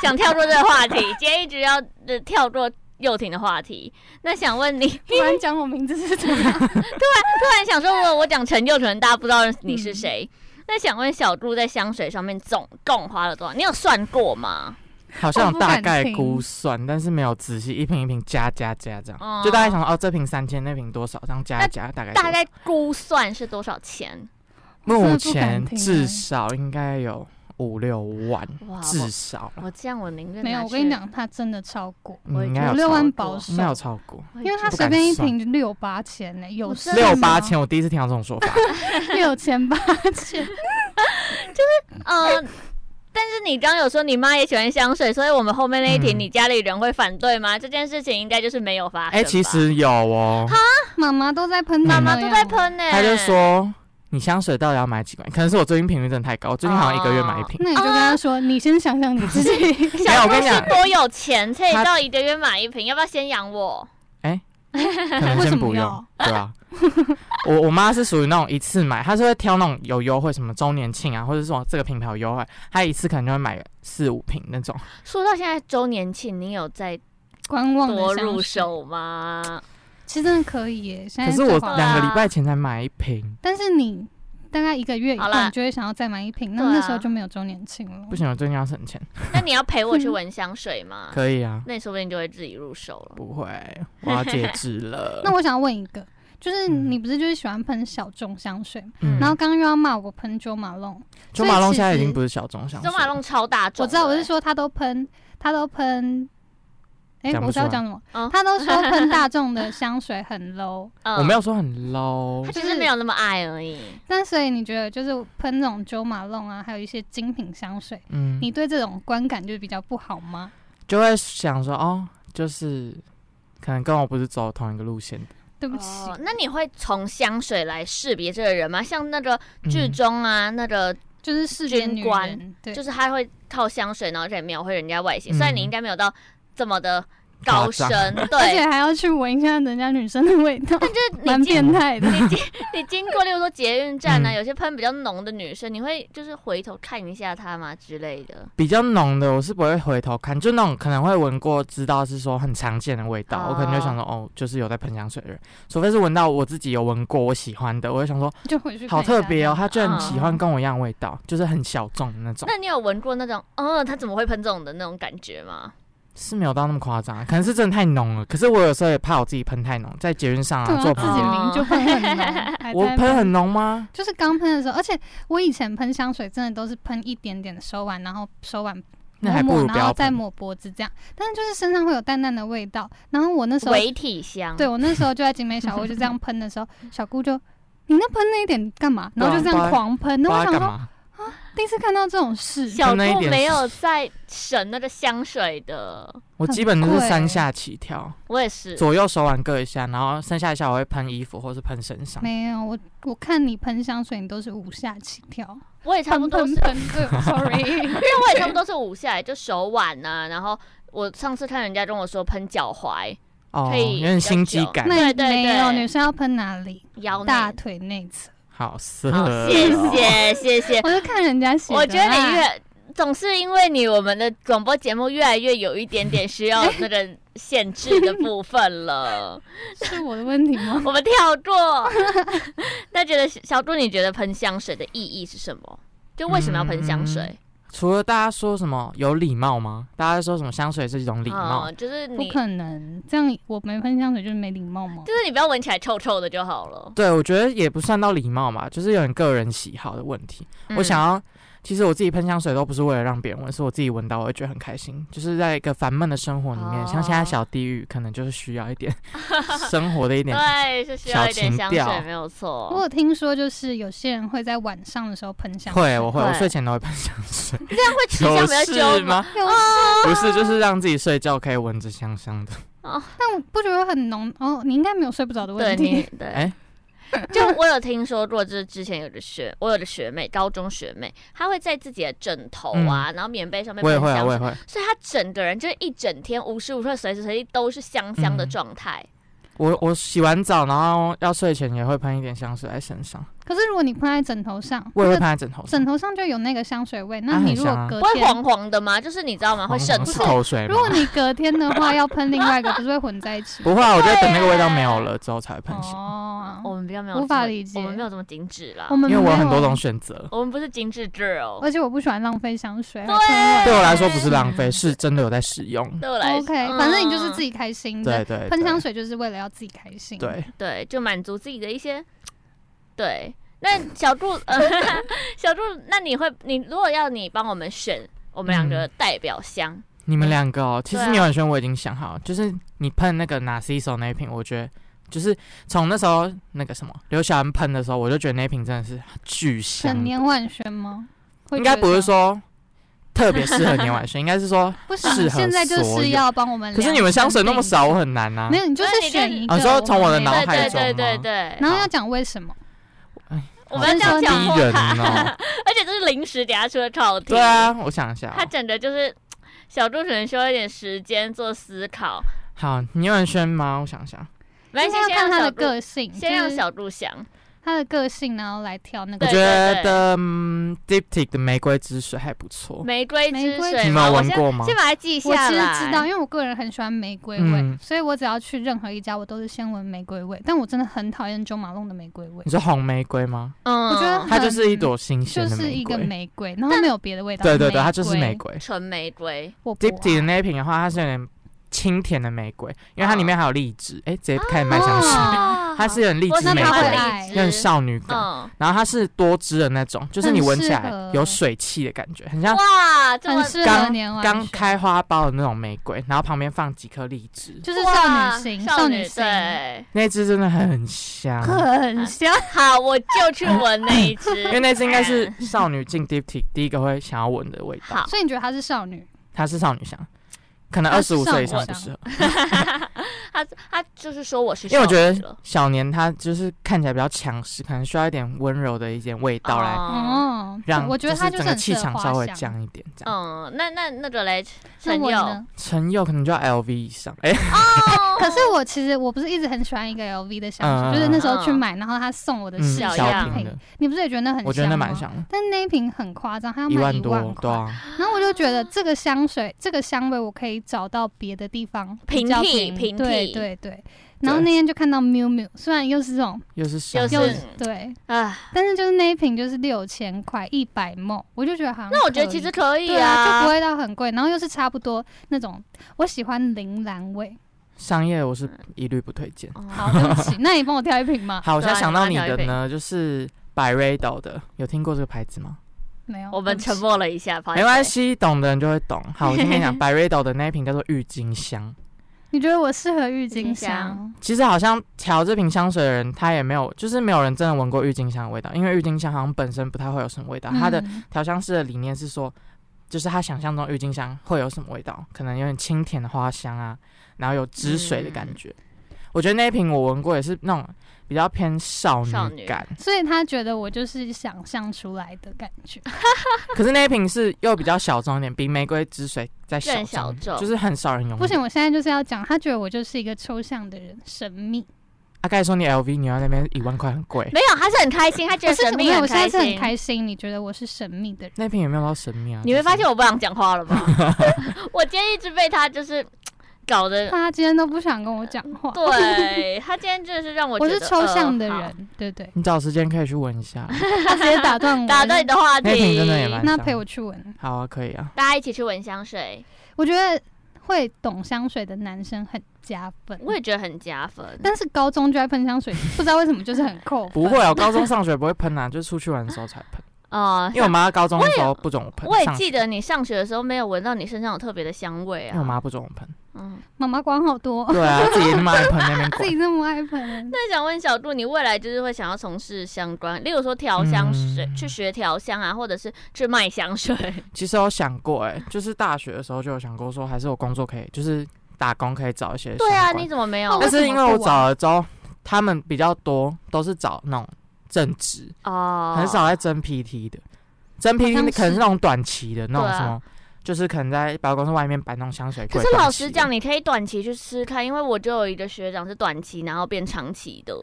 [SPEAKER 1] 想跳过这个话题，今天一直要、呃、跳过游艇的话题。那想问你，
[SPEAKER 2] 突然讲我名字是怎 样？
[SPEAKER 1] 突然想说，如果我讲陈旧，可能大家不知道你
[SPEAKER 2] 嗯
[SPEAKER 1] 是谁。那想问小猪在香水上面总共花了多少？你有算过吗？
[SPEAKER 4] 好像
[SPEAKER 1] 哦
[SPEAKER 2] 不
[SPEAKER 4] 有大
[SPEAKER 2] 敢
[SPEAKER 4] 概
[SPEAKER 2] 听
[SPEAKER 4] 估算，但是没有仔细一瓶一瓶加加加这样，
[SPEAKER 1] 哦
[SPEAKER 4] 就大概想说哦，这瓶三千，那瓶多少，这样加一加大概多
[SPEAKER 1] 大
[SPEAKER 4] 少
[SPEAKER 1] 概估算是多少钱？
[SPEAKER 2] 真的
[SPEAKER 4] 目
[SPEAKER 2] 不敢
[SPEAKER 4] 前
[SPEAKER 2] 听欸
[SPEAKER 4] 至少应该有五六万，
[SPEAKER 1] 哇，
[SPEAKER 4] 至
[SPEAKER 1] 我
[SPEAKER 4] 少啦
[SPEAKER 1] 我这样我宁愿
[SPEAKER 2] 没有，
[SPEAKER 1] 拿
[SPEAKER 2] 我跟你
[SPEAKER 1] 去
[SPEAKER 2] 讲，它真的超过，
[SPEAKER 1] 我
[SPEAKER 4] 嗯
[SPEAKER 1] 也
[SPEAKER 4] 应
[SPEAKER 1] 觉
[SPEAKER 4] 该
[SPEAKER 1] 得
[SPEAKER 4] 有
[SPEAKER 2] 五六
[SPEAKER 4] 超
[SPEAKER 2] 万
[SPEAKER 4] 过
[SPEAKER 2] 保
[SPEAKER 4] 应该有
[SPEAKER 2] 守，
[SPEAKER 4] 超过
[SPEAKER 1] 我也
[SPEAKER 2] 因为
[SPEAKER 1] 觉
[SPEAKER 2] 它
[SPEAKER 4] 不
[SPEAKER 2] 随
[SPEAKER 4] 敢
[SPEAKER 2] 便一
[SPEAKER 4] 算
[SPEAKER 2] 瓶六八千呢，有
[SPEAKER 1] 我
[SPEAKER 2] 事
[SPEAKER 1] 真的
[SPEAKER 4] 六
[SPEAKER 2] 吗
[SPEAKER 4] 八千，我第一次听到这种 说法，
[SPEAKER 2] 六千八 千，
[SPEAKER 1] 呃，但是你刚有说你妈也喜欢香水，所以我们后面那一题，
[SPEAKER 4] 嗯
[SPEAKER 1] 你家里人会反对吗？这件事情应该就是没有发生吧。
[SPEAKER 4] 哎、其实有哦，
[SPEAKER 2] 妈妈都在喷，
[SPEAKER 4] 妈
[SPEAKER 1] 妈妈都在，喷呢、
[SPEAKER 4] 他就，说你香水到底要买几罐？可能是我最近频率真的太高，我最近好像一个月买一瓶。
[SPEAKER 2] 那你就跟他
[SPEAKER 1] 啊
[SPEAKER 2] 说，你先想想你 自己，
[SPEAKER 4] 没有
[SPEAKER 1] 小
[SPEAKER 4] 我跟
[SPEAKER 1] 猪是
[SPEAKER 4] 你讲
[SPEAKER 1] 多有钱，可以
[SPEAKER 4] 他
[SPEAKER 1] 到一个月买一瓶，要不要先养我？
[SPEAKER 4] 可能
[SPEAKER 2] 为什
[SPEAKER 4] 先
[SPEAKER 2] 么
[SPEAKER 4] 不
[SPEAKER 2] 要
[SPEAKER 4] 用，对啊。我我妈是属于那种一次买，她是会挑那种有优惠，什么周年庆啊，或者说这个品牌有优惠，她一次可能就会买四五瓶那种。
[SPEAKER 1] 说到现在周年庆，你有在
[SPEAKER 2] 观望
[SPEAKER 1] 多
[SPEAKER 2] 的
[SPEAKER 1] 入
[SPEAKER 2] 香水，
[SPEAKER 1] 手吗？
[SPEAKER 2] 其实真的可以耶。现
[SPEAKER 4] 可
[SPEAKER 2] 在
[SPEAKER 4] 是
[SPEAKER 2] 最
[SPEAKER 4] 我
[SPEAKER 2] 划
[SPEAKER 1] 啊
[SPEAKER 4] 两个礼拜前才买一瓶，
[SPEAKER 2] 但是你大概一个月以
[SPEAKER 1] 好
[SPEAKER 2] 后，
[SPEAKER 1] 啦
[SPEAKER 2] 你就会想要再买一瓶，那
[SPEAKER 1] 对啊
[SPEAKER 2] 那时候就没有周年庆了
[SPEAKER 4] 不。行，我最近要省钱。
[SPEAKER 1] 那你要陪我去闻香水吗？
[SPEAKER 4] 可以啊，
[SPEAKER 1] 那你说不定就会自己入手了。
[SPEAKER 4] 不会，我要戒脂了
[SPEAKER 2] 。那我想问一个，就是
[SPEAKER 4] 嗯
[SPEAKER 2] 你不是就是喜欢喷小众香水吗？
[SPEAKER 4] 嗯
[SPEAKER 2] 然后刚刚又要骂我喷 Jo Malone，
[SPEAKER 4] 祖马龙现在
[SPEAKER 2] 所以
[SPEAKER 4] 已
[SPEAKER 2] 其
[SPEAKER 4] 经
[SPEAKER 2] 实
[SPEAKER 4] 不是小众香水
[SPEAKER 1] 周马龙超大众
[SPEAKER 2] 我知
[SPEAKER 1] 的欸，
[SPEAKER 2] 道我是说他都喷，他都喷，哎、
[SPEAKER 4] 讲不
[SPEAKER 2] 我知道
[SPEAKER 4] 出来
[SPEAKER 2] 讲什么，
[SPEAKER 1] 嗯
[SPEAKER 2] 他都说喷大众的香水很 low，
[SPEAKER 1] 嗯，
[SPEAKER 4] 我没有说很 low
[SPEAKER 1] 他
[SPEAKER 2] 就
[SPEAKER 1] 只是
[SPEAKER 2] 是
[SPEAKER 1] 没有那么爱而已。
[SPEAKER 2] 但所以你觉得就是喷那种 Jo Malone 啊，还有一些精品香水，
[SPEAKER 4] 嗯，
[SPEAKER 2] 你对这种观感就比较不好吗？
[SPEAKER 4] 就会想说哦，就是可能跟我不是走同一个路线的。
[SPEAKER 2] 对不起，
[SPEAKER 1] 哦，那你会从香水来识别这个人吗？像那个
[SPEAKER 4] 嗯
[SPEAKER 1] 剧中啊，那个
[SPEAKER 2] 就是世界
[SPEAKER 1] 军
[SPEAKER 2] 女
[SPEAKER 1] 官
[SPEAKER 2] 人，对，
[SPEAKER 1] 就是他会靠香水，然后再描绘人家外形。
[SPEAKER 4] 嗯
[SPEAKER 1] 虽然你应该没有到这么的高深，
[SPEAKER 2] 而且
[SPEAKER 1] 对，
[SPEAKER 2] 还要去闻一下人家女生的味道，
[SPEAKER 1] 就是
[SPEAKER 2] 蛮
[SPEAKER 1] 你经
[SPEAKER 2] 变态的。
[SPEAKER 1] 你经你经过，例如说捷运站啊，
[SPEAKER 4] 嗯
[SPEAKER 1] 有些喷比较浓的女生，你会就是回头看一下她吗之类的？
[SPEAKER 4] 比较浓的，我是不会回头看，就那种可能会闻过，知道是说很常见的味道，
[SPEAKER 1] 哦
[SPEAKER 4] 我可能就想说，哦，就是有在喷香水的人，除非是闻到我自己有闻过我喜欢的，我就想说，
[SPEAKER 2] 就回去看
[SPEAKER 4] 好
[SPEAKER 2] 一下
[SPEAKER 4] 特别哦，
[SPEAKER 2] 这样嗯
[SPEAKER 4] 他居然喜欢跟我一样的味道，就是很小众的那种，
[SPEAKER 1] 那你有闻过那种，哦，她怎么会喷这种的那种感觉吗？
[SPEAKER 4] 是没有到那么夸张，啊可能是真的太浓了。可是我有时候也怕我自己喷太浓，在捷运上
[SPEAKER 2] 对
[SPEAKER 4] 啊，
[SPEAKER 2] 啊，
[SPEAKER 4] 做
[SPEAKER 2] 自
[SPEAKER 4] 朋
[SPEAKER 2] 己
[SPEAKER 4] 友
[SPEAKER 1] 明，
[SPEAKER 2] 明明就喷 很浓，还
[SPEAKER 4] 我
[SPEAKER 2] 在
[SPEAKER 4] 喷很浓吗？
[SPEAKER 2] 就是刚喷的时候，而且我以前喷香水真的都是喷一点点的手腕，然后手腕
[SPEAKER 4] 那还
[SPEAKER 2] 抹抹，
[SPEAKER 4] 不如不
[SPEAKER 2] 然后
[SPEAKER 4] 要
[SPEAKER 2] 再
[SPEAKER 4] 喷。
[SPEAKER 2] 抹脖子这样。但是就是身上会有淡淡的味道。然后我那时候，
[SPEAKER 1] 伪体香，
[SPEAKER 2] 对我那时候就在景美小屋就这样喷的时候，小姑就你那喷那一点干嘛？然后就这样狂喷。那
[SPEAKER 4] 不知道
[SPEAKER 2] 我
[SPEAKER 4] 在
[SPEAKER 2] 想
[SPEAKER 4] 啊干
[SPEAKER 2] 说，
[SPEAKER 4] 嘛？
[SPEAKER 2] 第一次看到这种事，
[SPEAKER 1] 小
[SPEAKER 4] 就那一
[SPEAKER 1] 度
[SPEAKER 4] 点
[SPEAKER 1] 没有在省那个香水的，
[SPEAKER 4] 我基本都是
[SPEAKER 2] 很贵
[SPEAKER 4] 三下起跳，
[SPEAKER 1] 我也是。
[SPEAKER 4] 左右手腕各一下，然后剩下一下我会喷衣服或是喷身上。
[SPEAKER 2] 没有我我看你喷香水，你都是五下起跳，
[SPEAKER 1] 我也差不
[SPEAKER 2] 喷
[SPEAKER 1] 多
[SPEAKER 2] 喷
[SPEAKER 1] 是，
[SPEAKER 2] 喷，对 ，sorry，
[SPEAKER 1] 但我也差不多是五下来，就手腕呐、然后我上次看人家跟我说喷脚踝、
[SPEAKER 4] 哦，
[SPEAKER 1] 可以
[SPEAKER 4] 有点
[SPEAKER 1] 比较
[SPEAKER 4] 心机
[SPEAKER 1] 久
[SPEAKER 4] 感。啊
[SPEAKER 2] 那
[SPEAKER 1] 对对哦
[SPEAKER 2] 没有
[SPEAKER 1] 对
[SPEAKER 2] 女生要喷哪里？
[SPEAKER 1] 腰内
[SPEAKER 2] 大腿内侧，
[SPEAKER 4] 好色
[SPEAKER 1] 好，
[SPEAKER 4] 哦，
[SPEAKER 1] 谢谢谢谢。
[SPEAKER 2] 我就看人家写的 啦。
[SPEAKER 1] 我觉得你越总是因为你，我们的广播节目越来越有一点点需要那个限制的部分 了。
[SPEAKER 2] 是我的问题吗？
[SPEAKER 1] 我们跳过。 那觉得小杜，你觉得喷香水的意义是什么？就为什么要喷香水？
[SPEAKER 4] 嗯除了大家说什么有礼貌吗？大家说什么香水是一种礼貌？
[SPEAKER 1] 嗯就是
[SPEAKER 2] 不
[SPEAKER 1] 你，就
[SPEAKER 2] 可能，这样我没喷香水就是没礼貌吗？
[SPEAKER 1] 是你不要闻起来臭臭的就好了。
[SPEAKER 4] 对，我觉得也不算到礼貌嘛，就是有点个人喜好的问题。我
[SPEAKER 1] 嗯
[SPEAKER 4] 想要，其实我自己喷香水都不是为了让别人闻，是我自己闻到我会觉得很开心。就是在一个烦闷的生活里面，像现在
[SPEAKER 1] 哦
[SPEAKER 4] 小地狱，可能就是需要 一点生活的一
[SPEAKER 1] 嗯
[SPEAKER 4] 点。
[SPEAKER 1] 对，啊是需要一点
[SPEAKER 4] 小情
[SPEAKER 1] 香
[SPEAKER 4] 调
[SPEAKER 1] 水，没有
[SPEAKER 2] 我
[SPEAKER 1] 错。
[SPEAKER 2] 有听说，就是有些人会在晚上的时候喷香水，
[SPEAKER 4] 会，我会，我
[SPEAKER 1] 对
[SPEAKER 4] 睡前都会喷香 水。
[SPEAKER 1] 这样会吃香比较
[SPEAKER 4] 有
[SPEAKER 1] 久
[SPEAKER 4] 事？吗？
[SPEAKER 2] 有
[SPEAKER 4] 不是，就是让自己睡觉可以闻着香香的。
[SPEAKER 2] 但我不觉得很浓哦。你应该没有睡不着的
[SPEAKER 1] 对
[SPEAKER 2] 问
[SPEAKER 1] 你
[SPEAKER 2] 题，
[SPEAKER 1] 对，
[SPEAKER 4] 哎，
[SPEAKER 1] 就我有听说过，就是之前有的学，我有的学妹，高中学妹，她会在自己的枕头啊，然后棉被上面
[SPEAKER 4] 嗯我
[SPEAKER 1] 喷
[SPEAKER 4] 也会，啊，
[SPEAKER 1] 香
[SPEAKER 4] 我
[SPEAKER 1] 水
[SPEAKER 4] 也，会。
[SPEAKER 1] 所以她整个人就是一整天无时无刻、随时随地都是香香的
[SPEAKER 4] 嗯
[SPEAKER 1] 状态。
[SPEAKER 4] 我我洗完澡，然后要睡前也会喷一点香水在身上，
[SPEAKER 2] 可是如果你喷在枕头上，
[SPEAKER 4] 我也会
[SPEAKER 2] 那
[SPEAKER 4] 喷
[SPEAKER 2] 个
[SPEAKER 4] 在枕头上
[SPEAKER 2] 枕。头上就有那个香水味。那
[SPEAKER 4] 啊
[SPEAKER 2] 你
[SPEAKER 4] 很
[SPEAKER 2] 如果
[SPEAKER 4] 香啊
[SPEAKER 2] 隔
[SPEAKER 1] 不会
[SPEAKER 2] 天，
[SPEAKER 1] 黄黄的吗？就是你知道吗？会渗
[SPEAKER 4] 黄嗯是
[SPEAKER 1] 透。
[SPEAKER 4] 口水吗
[SPEAKER 2] 如？果你隔天的话要喷另外一个，不是会混在一起？
[SPEAKER 4] 不会啊，我觉得等那个味道没有了之后才会喷香，
[SPEAKER 2] 哦，
[SPEAKER 1] 我们比较没有
[SPEAKER 2] 无
[SPEAKER 1] 这
[SPEAKER 2] 法
[SPEAKER 1] 么
[SPEAKER 2] 理解
[SPEAKER 1] 我们没有这么精致啦
[SPEAKER 2] 我。们
[SPEAKER 4] 因为我有很
[SPEAKER 2] 没
[SPEAKER 4] 多
[SPEAKER 2] 有啊
[SPEAKER 4] 种选
[SPEAKER 2] 哦
[SPEAKER 4] 择。
[SPEAKER 1] 我们不是精致 girl，
[SPEAKER 2] 而且我不喜欢浪费香水。
[SPEAKER 1] 对啊
[SPEAKER 2] 还喷味
[SPEAKER 4] 对我来说不是浪费，是真的有在使用。
[SPEAKER 1] 对我来说
[SPEAKER 2] OK，反正你就是
[SPEAKER 1] 嗯
[SPEAKER 2] 自己开心的。
[SPEAKER 4] 对对，
[SPEAKER 2] 喷
[SPEAKER 4] 对
[SPEAKER 2] 香。水就是为了要自己开心。，
[SPEAKER 4] 对，
[SPEAKER 1] 对，就满足自己的一些对。那小柱， 呃、小柱，那你会，你如果要你帮我们选我们两个代表香，
[SPEAKER 4] 你们两个哦，其
[SPEAKER 1] 对
[SPEAKER 4] 实
[SPEAKER 1] 啊
[SPEAKER 4] 你完全我已经想好了，就是你喷那个 Narciso 那一瓶，我觉得就是从那时候那个什么刘晓恩喷的时候，我就觉得那一瓶真的是巨香
[SPEAKER 2] 很
[SPEAKER 4] 的，
[SPEAKER 2] 年万轩吗？会
[SPEAKER 4] 应该
[SPEAKER 2] 觉得
[SPEAKER 4] 不是说特别适合年晚睡，应该是说
[SPEAKER 2] 不是啊
[SPEAKER 4] 适合
[SPEAKER 2] 现在就
[SPEAKER 4] 所
[SPEAKER 2] 是
[SPEAKER 4] 有
[SPEAKER 2] 要帮我们。
[SPEAKER 4] 可是你们香水那么少，，我很难呐、
[SPEAKER 2] 没有，你就
[SPEAKER 1] 那
[SPEAKER 2] 是
[SPEAKER 1] 你
[SPEAKER 2] 选
[SPEAKER 1] 就
[SPEAKER 2] 一
[SPEAKER 4] 啊
[SPEAKER 2] 个。
[SPEAKER 4] 你说从我的
[SPEAKER 2] 们
[SPEAKER 4] 脑
[SPEAKER 1] 对
[SPEAKER 2] 没有
[SPEAKER 4] 海
[SPEAKER 1] 对
[SPEAKER 4] 中
[SPEAKER 1] 对对
[SPEAKER 4] 吗
[SPEAKER 1] 对，
[SPEAKER 2] 然后要讲为什么？
[SPEAKER 1] 我们要这样
[SPEAKER 4] 好
[SPEAKER 1] 强
[SPEAKER 4] 逼
[SPEAKER 1] 迫
[SPEAKER 4] 人
[SPEAKER 1] 他，
[SPEAKER 4] 哦。
[SPEAKER 1] 而且这是临时给他出的考题，
[SPEAKER 4] 对啊，我想一下哦、
[SPEAKER 1] 他整个就是小柱只能需要一点时间做思考，
[SPEAKER 4] 好，倪婉轩吗？我想一下，
[SPEAKER 1] 没关
[SPEAKER 2] 应
[SPEAKER 1] 系
[SPEAKER 2] 该要
[SPEAKER 1] 先让
[SPEAKER 2] 看他
[SPEAKER 1] 小
[SPEAKER 2] 的
[SPEAKER 1] 柱
[SPEAKER 2] 个性，
[SPEAKER 1] 先让
[SPEAKER 2] 就是
[SPEAKER 1] 小柱想，
[SPEAKER 2] 他的个性，然后来挑那
[SPEAKER 4] 我
[SPEAKER 2] 个
[SPEAKER 1] 对。
[SPEAKER 4] 觉得嗯 Diptic 的玫瑰之水还不错。
[SPEAKER 1] 玫瑰之
[SPEAKER 2] 玫瑰
[SPEAKER 1] 水
[SPEAKER 4] 你
[SPEAKER 1] 吗？
[SPEAKER 4] 们
[SPEAKER 1] 我
[SPEAKER 4] 有闻
[SPEAKER 1] 先
[SPEAKER 4] 过吗
[SPEAKER 1] 先把它记
[SPEAKER 2] 我
[SPEAKER 1] 下
[SPEAKER 2] 其实
[SPEAKER 1] 来。
[SPEAKER 2] 知道，因为我个人很喜欢玫瑰味，
[SPEAKER 4] 嗯
[SPEAKER 2] 所以我只要去任何一家，我都是先闻玫瑰味。但我真的很讨厌九马弄的玫瑰味
[SPEAKER 4] 你，说红玫 瑰吗？
[SPEAKER 1] 嗯
[SPEAKER 2] 我觉得
[SPEAKER 4] 它就是一朵新鲜
[SPEAKER 2] 就
[SPEAKER 4] 的
[SPEAKER 2] 是一
[SPEAKER 4] 玫
[SPEAKER 2] 个
[SPEAKER 4] 瑰。
[SPEAKER 2] 玫瑰，然后没有别的味道。
[SPEAKER 4] 对对对，它就是玫。瑰。
[SPEAKER 1] 纯玫瑰，
[SPEAKER 2] 我不啊
[SPEAKER 4] Diptic
[SPEAKER 2] 爱
[SPEAKER 4] 的那一瓶的话，它是有点清甜的玫瑰，因为它里面还有荔枝。哎，直接开始卖香水，
[SPEAKER 2] 啊
[SPEAKER 1] 哦
[SPEAKER 4] 它是有点荔
[SPEAKER 1] 我
[SPEAKER 4] 枝
[SPEAKER 1] 喜
[SPEAKER 2] 那
[SPEAKER 1] 欢
[SPEAKER 2] 它
[SPEAKER 4] 玫
[SPEAKER 2] 会
[SPEAKER 4] 瑰，
[SPEAKER 2] 爱
[SPEAKER 1] 荔枝
[SPEAKER 4] 有点少女感。
[SPEAKER 1] 嗯，
[SPEAKER 4] 然后它是多汁的那种，就是你闻起
[SPEAKER 2] 很
[SPEAKER 4] 来
[SPEAKER 2] 适合
[SPEAKER 4] 有水汽的感觉，很像
[SPEAKER 1] 哇，这么
[SPEAKER 2] 很适合
[SPEAKER 4] 刚
[SPEAKER 2] 年晚
[SPEAKER 4] 刚
[SPEAKER 2] 选
[SPEAKER 4] 开花苞的那种玫瑰，然后旁边放几颗荔枝，
[SPEAKER 2] 就是
[SPEAKER 1] 哇
[SPEAKER 2] 少女心，
[SPEAKER 1] 少
[SPEAKER 2] 女心，
[SPEAKER 4] 嗯
[SPEAKER 2] 啊
[SPEAKER 1] 对，
[SPEAKER 4] 那只真的很香，
[SPEAKER 2] 很香。
[SPEAKER 1] 好，我就去闻那一只，
[SPEAKER 4] 因为那只应 该是少女进 Diptic 第一个会想要闻的味 道，
[SPEAKER 1] 好，
[SPEAKER 2] 所以你觉得她是少女？
[SPEAKER 4] 它是少女香，可能
[SPEAKER 2] 它
[SPEAKER 4] 二
[SPEAKER 2] 是
[SPEAKER 4] 十五岁以
[SPEAKER 2] 少女
[SPEAKER 4] 上不适合，
[SPEAKER 1] 他他就是说我是
[SPEAKER 4] 因为
[SPEAKER 1] 少
[SPEAKER 4] 我
[SPEAKER 1] 女
[SPEAKER 4] 觉
[SPEAKER 1] 了，
[SPEAKER 4] 得小年她就是看起来比较强势，可能需要一点温柔的一点味道来
[SPEAKER 1] 哦，
[SPEAKER 2] 哦，
[SPEAKER 4] 让，
[SPEAKER 2] 我觉得她
[SPEAKER 4] 就是整个
[SPEAKER 2] 很
[SPEAKER 4] 气
[SPEAKER 2] 适合
[SPEAKER 4] 场
[SPEAKER 2] 花
[SPEAKER 4] 稍微
[SPEAKER 2] 香。
[SPEAKER 4] 降一点这样。
[SPEAKER 1] 嗯，那那那个嘞，
[SPEAKER 2] 那
[SPEAKER 1] 陈
[SPEAKER 2] 我
[SPEAKER 1] 佑，
[SPEAKER 2] 呢？哦
[SPEAKER 4] 陈佑可能就要 LV 以上，
[SPEAKER 2] 嗯
[SPEAKER 4] 哎，
[SPEAKER 2] 可 是我其实我不是一直很喜欢一个 LV 的香
[SPEAKER 4] 嗯
[SPEAKER 2] 水，就是那时候去买，然后他送我的
[SPEAKER 4] 嗯，
[SPEAKER 2] 试
[SPEAKER 1] 小
[SPEAKER 4] 小
[SPEAKER 1] 样
[SPEAKER 4] 瓶
[SPEAKER 2] 瓶
[SPEAKER 4] 的，，
[SPEAKER 2] 你不是也觉得那很香吗？
[SPEAKER 4] 我觉得那蛮。香的，
[SPEAKER 2] 但那一瓶很夸张，他要
[SPEAKER 4] 一
[SPEAKER 2] 卖
[SPEAKER 4] 万
[SPEAKER 2] 一
[SPEAKER 4] 多
[SPEAKER 2] 万，
[SPEAKER 4] 对
[SPEAKER 2] 块，
[SPEAKER 4] 啊，
[SPEAKER 2] 然后我就觉得这个香水，这个香味我可以找到别的地方
[SPEAKER 1] 平
[SPEAKER 2] 比较
[SPEAKER 1] 替平
[SPEAKER 2] 对
[SPEAKER 1] 替
[SPEAKER 2] 对对。然后那天就看到 miu miu，虽然又是这种
[SPEAKER 4] 又是香
[SPEAKER 1] 是
[SPEAKER 2] 又
[SPEAKER 4] 的
[SPEAKER 2] 是对，
[SPEAKER 1] 啊，
[SPEAKER 2] 但是就是那一瓶就是六千块一百梦，我就觉得好像
[SPEAKER 1] 那我觉得
[SPEAKER 2] 可
[SPEAKER 1] 其
[SPEAKER 2] 以
[SPEAKER 1] 实可以
[SPEAKER 2] 对啊，就不
[SPEAKER 1] 啊，
[SPEAKER 2] 会到很贵，然后又是差不多那种。我喜欢铃兰味。
[SPEAKER 4] 商业我是一律不推荐。
[SPEAKER 1] 好
[SPEAKER 2] 好，对 不起，那你帮我挑一瓶吗？
[SPEAKER 4] 好，我
[SPEAKER 1] 对
[SPEAKER 4] 现
[SPEAKER 1] 啊
[SPEAKER 4] 在想到
[SPEAKER 1] 你
[SPEAKER 4] 你
[SPEAKER 1] 帮他
[SPEAKER 4] 的
[SPEAKER 1] 调一
[SPEAKER 4] 呢，就是百瑞斗的，有听过这个牌子吗？
[SPEAKER 2] 没有，
[SPEAKER 1] 我们
[SPEAKER 2] 对不
[SPEAKER 1] 沉
[SPEAKER 2] 起。
[SPEAKER 1] 默了一下，不好意啊
[SPEAKER 4] 没
[SPEAKER 1] 思
[SPEAKER 4] 关，系，懂的人就会懂。好，我先跟 你讲，百瑞斗的那一瓶叫做郁金香。
[SPEAKER 2] 你觉得我适合郁金
[SPEAKER 1] 郁金香
[SPEAKER 2] 香？
[SPEAKER 4] 其实好像调这瓶香水的人，他也没有，就是没有人真的闻过郁金香的味道，因为郁金香好像本身不太会有什么味道。它的
[SPEAKER 2] 嗯
[SPEAKER 4] 调香师的理念是说，就是他想象中郁金香会有什么味道，可能有点清甜的花香啊，然后有汁水的感
[SPEAKER 1] 嗯
[SPEAKER 4] 觉。我觉得那一瓶我闻过也是那种比较偏少
[SPEAKER 1] 少
[SPEAKER 4] 女
[SPEAKER 1] 女
[SPEAKER 4] 感，
[SPEAKER 2] 所以他觉得我就是想象出来的感觉，
[SPEAKER 4] 可是那一瓶是又比较小众一点，比玫瑰之水再小
[SPEAKER 1] 更小
[SPEAKER 4] 众，
[SPEAKER 1] 众
[SPEAKER 4] 就是很少人用。
[SPEAKER 2] 不行，我现在就是要讲，他觉得我就是一个抽象的人，神秘。
[SPEAKER 4] 阿盖啊说你 LV 你要那边一万块很贵，
[SPEAKER 1] 没有，他是很开心，他觉
[SPEAKER 2] 我
[SPEAKER 1] 得
[SPEAKER 2] 是
[SPEAKER 1] 神
[SPEAKER 2] 没
[SPEAKER 1] 秘
[SPEAKER 2] 有，我
[SPEAKER 1] 很
[SPEAKER 2] 现在
[SPEAKER 1] 开
[SPEAKER 2] 是很
[SPEAKER 1] 心。
[SPEAKER 2] 开心。你觉得我是神秘的人？
[SPEAKER 4] 那瓶有没有到神秘啊？
[SPEAKER 1] 你会
[SPEAKER 4] 就是
[SPEAKER 1] 发现我不想讲话了吗？ 我今天一直被他就是搞得，
[SPEAKER 2] 他今天都不想跟我讲话。
[SPEAKER 1] 嗯对他今天真的是让我
[SPEAKER 2] 我
[SPEAKER 1] 觉
[SPEAKER 2] 是
[SPEAKER 1] 得
[SPEAKER 2] 抽象的。
[SPEAKER 1] 呃好
[SPEAKER 2] 人，对对，
[SPEAKER 4] 你找时间可以去闻 一下，
[SPEAKER 2] 他直接打断我，
[SPEAKER 1] 打断你的话题，
[SPEAKER 4] 那挺真的也蛮
[SPEAKER 2] 那陪我去闻。
[SPEAKER 4] 好啊，可以 啊。
[SPEAKER 1] 大家一起去闻香水，
[SPEAKER 2] 我觉得会懂香水的男生很加分，
[SPEAKER 1] 我也觉得很加分。
[SPEAKER 2] 但是高中就爱喷香水，不知道为什么就是很 扣分。
[SPEAKER 4] 不会，啊我高中上学不会喷啊，就是出去玩的时候才 喷。
[SPEAKER 1] 哦，
[SPEAKER 4] 因为我妈高中的时候不准我喷，
[SPEAKER 1] 我也
[SPEAKER 4] 上学
[SPEAKER 1] 记得你上学的时候没有闻到你身上有特别的香味
[SPEAKER 4] 因为我
[SPEAKER 1] 啊。
[SPEAKER 4] 妈不准我喷。
[SPEAKER 1] 嗯，
[SPEAKER 2] 妈妈管好多，
[SPEAKER 4] 对啊，自己他妈的喷那边
[SPEAKER 2] 自
[SPEAKER 4] 滚
[SPEAKER 2] 己。这么爱喷，
[SPEAKER 1] 那想问小杜，你未来就是会想要从事相关，例如说调香
[SPEAKER 4] 嗯
[SPEAKER 1] 水，去学调香啊，或者是去卖香 水。
[SPEAKER 4] 其实有想过、哎，就是大学的时候就有想过说，还是我工作可以，就是打工可以找一些相
[SPEAKER 1] 对啊，
[SPEAKER 4] 关。
[SPEAKER 1] 你怎么
[SPEAKER 2] 哦
[SPEAKER 1] 没有？
[SPEAKER 4] 但是因
[SPEAKER 2] 为
[SPEAKER 4] 为
[SPEAKER 2] 什么
[SPEAKER 4] 我
[SPEAKER 2] 不玩
[SPEAKER 4] 找了之后，他们比较多都是找那种正职，
[SPEAKER 1] 哦，
[SPEAKER 4] 很少在争 PT 的。争
[SPEAKER 2] 好
[SPEAKER 4] PT
[SPEAKER 2] 像是
[SPEAKER 4] 可能是那种短期的那种
[SPEAKER 1] 对啊
[SPEAKER 4] 什么，就是可能在百货公司外面摆那种香水柜。
[SPEAKER 1] 可是老实
[SPEAKER 4] 短期的
[SPEAKER 1] 讲，，你可以短期去试试看，因为我就有一个学长是短期，然后变长期的。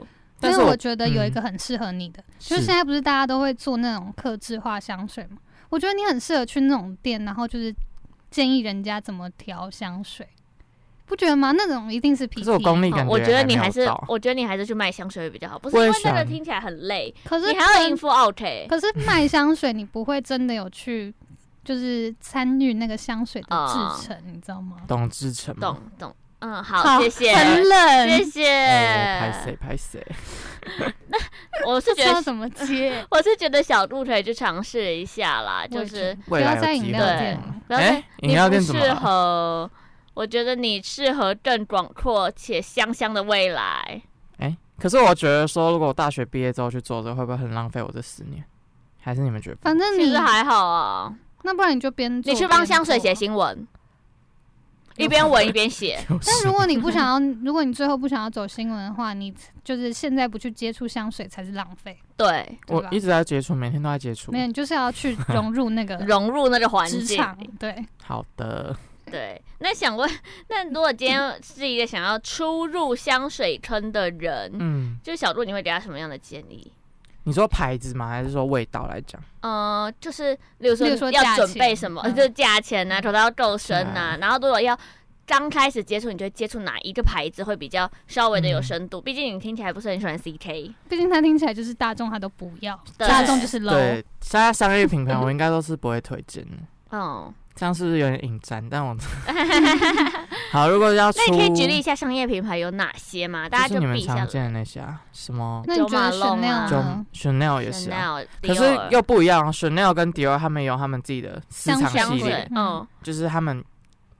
[SPEAKER 2] 但
[SPEAKER 4] 但是
[SPEAKER 2] 是
[SPEAKER 4] 我嗯
[SPEAKER 2] 我觉得有一个很适合你的，就是
[SPEAKER 4] 是
[SPEAKER 2] 现在不是大家都会做那种克制化香水嘛？我觉得你很适合去那种店，然后就是建议人家怎么调香水，不觉得吗？那种一定是
[SPEAKER 4] 可
[SPEAKER 2] PT。
[SPEAKER 4] 是我功力感
[SPEAKER 1] 哦我觉得
[SPEAKER 4] 没
[SPEAKER 1] 你
[SPEAKER 4] 有
[SPEAKER 1] 还是
[SPEAKER 4] 到，
[SPEAKER 1] 我觉得你还是去卖香水会比较好，不是
[SPEAKER 4] 我
[SPEAKER 1] 因
[SPEAKER 4] 也
[SPEAKER 1] 为那个
[SPEAKER 4] 想
[SPEAKER 1] 听起来很累，
[SPEAKER 2] 可是
[SPEAKER 1] 你还要
[SPEAKER 2] 跟
[SPEAKER 1] 应付 out 欸
[SPEAKER 2] 可是卖香水，你不会真的有去就是参与那个香水的
[SPEAKER 1] 哦
[SPEAKER 2] 制成，你知道吗？
[SPEAKER 4] 懂制成吗？
[SPEAKER 1] 懂懂，嗯，好，谢谢，
[SPEAKER 2] 很冷，
[SPEAKER 1] 谢谢。
[SPEAKER 4] 哎拍谁拍谁。
[SPEAKER 1] 我是
[SPEAKER 2] 不
[SPEAKER 1] 觉
[SPEAKER 2] 知道
[SPEAKER 1] 得，。
[SPEAKER 2] 怎么接
[SPEAKER 1] 我是觉得小鹿可以去尝试一下啦，
[SPEAKER 2] 我
[SPEAKER 1] 就
[SPEAKER 2] 也
[SPEAKER 1] 是
[SPEAKER 2] 觉得不
[SPEAKER 4] 未来
[SPEAKER 2] 要
[SPEAKER 4] 有
[SPEAKER 2] 在
[SPEAKER 4] 机
[SPEAKER 2] 饮料
[SPEAKER 4] 会
[SPEAKER 1] 对
[SPEAKER 2] 店，
[SPEAKER 1] 不要再
[SPEAKER 4] 哎饮料店
[SPEAKER 1] 你不
[SPEAKER 4] 怎么
[SPEAKER 1] 适
[SPEAKER 4] 了
[SPEAKER 1] 合，我觉得你适合更广阔且香香的未来。
[SPEAKER 4] 哎、可是我觉得说，如果我大学毕业之后去做这，会不会很浪费我这四年？还是你们觉得不？
[SPEAKER 2] 反正
[SPEAKER 1] 其
[SPEAKER 2] 你
[SPEAKER 1] 实还好啊，
[SPEAKER 2] 那不然你就边做
[SPEAKER 1] 你去帮
[SPEAKER 2] 边
[SPEAKER 1] 香水
[SPEAKER 2] 做
[SPEAKER 1] 写新闻，一边闻一边 写。
[SPEAKER 2] 但如果你不想要，如果你最后不想要走新闻的话，你就是现在不去接触香水才是浪费，
[SPEAKER 1] 对，
[SPEAKER 2] 对
[SPEAKER 4] 我
[SPEAKER 2] 吧
[SPEAKER 4] 一？直在接触，每天都在接触
[SPEAKER 2] 没。有，你就是要 去融入那个
[SPEAKER 1] 融入那个环
[SPEAKER 2] 职
[SPEAKER 1] 境。
[SPEAKER 2] 场，对，
[SPEAKER 4] 好的，
[SPEAKER 1] 对，那想问，那如果今天是一个想要出入香水坑的人，
[SPEAKER 4] 嗯，
[SPEAKER 1] 就是小鹿，你会给他什么样的建议？
[SPEAKER 4] 你说牌子吗？还是说味道来讲？
[SPEAKER 1] 呃，就是例如说
[SPEAKER 2] 例如说
[SPEAKER 1] 要
[SPEAKER 2] 价
[SPEAKER 1] 准备
[SPEAKER 2] 钱
[SPEAKER 1] 什么，呃
[SPEAKER 2] 嗯
[SPEAKER 1] 就是价钱啊，头到够深
[SPEAKER 4] 啊
[SPEAKER 1] 啊，然后如果要。刚开始接触，你觉得接触哪一个牌子会比较稍微的有
[SPEAKER 4] 嗯
[SPEAKER 1] 深度？毕竟你听起来不是很喜欢 CK，
[SPEAKER 2] 毕竟它听起来就是大众，它都不要，
[SPEAKER 1] 对
[SPEAKER 2] 大众就是 low，
[SPEAKER 4] 对，现在商业品牌我应该都是不会推荐的，
[SPEAKER 1] 嗯，
[SPEAKER 4] 这样是不是有点引战？但我好，如果要出，
[SPEAKER 1] 那你可以举例一下商业品牌有哪些吗？大家
[SPEAKER 4] 就是你们
[SPEAKER 1] 比一下
[SPEAKER 4] 常见的
[SPEAKER 1] 来。
[SPEAKER 4] 那些啊，什么
[SPEAKER 2] 那你觉得
[SPEAKER 1] Jo Malone 啊
[SPEAKER 2] Chanel
[SPEAKER 4] 就
[SPEAKER 2] 呢？
[SPEAKER 4] Chanel 也是啊。
[SPEAKER 1] Chanel
[SPEAKER 4] 可是
[SPEAKER 1] Dior
[SPEAKER 4] 又不一样，Chanel 啊跟 Dior 他们有他们自己的市场
[SPEAKER 2] 香
[SPEAKER 4] 系
[SPEAKER 1] 香
[SPEAKER 4] 列，
[SPEAKER 1] 水，
[SPEAKER 2] 嗯
[SPEAKER 1] 嗯，
[SPEAKER 4] 就是他们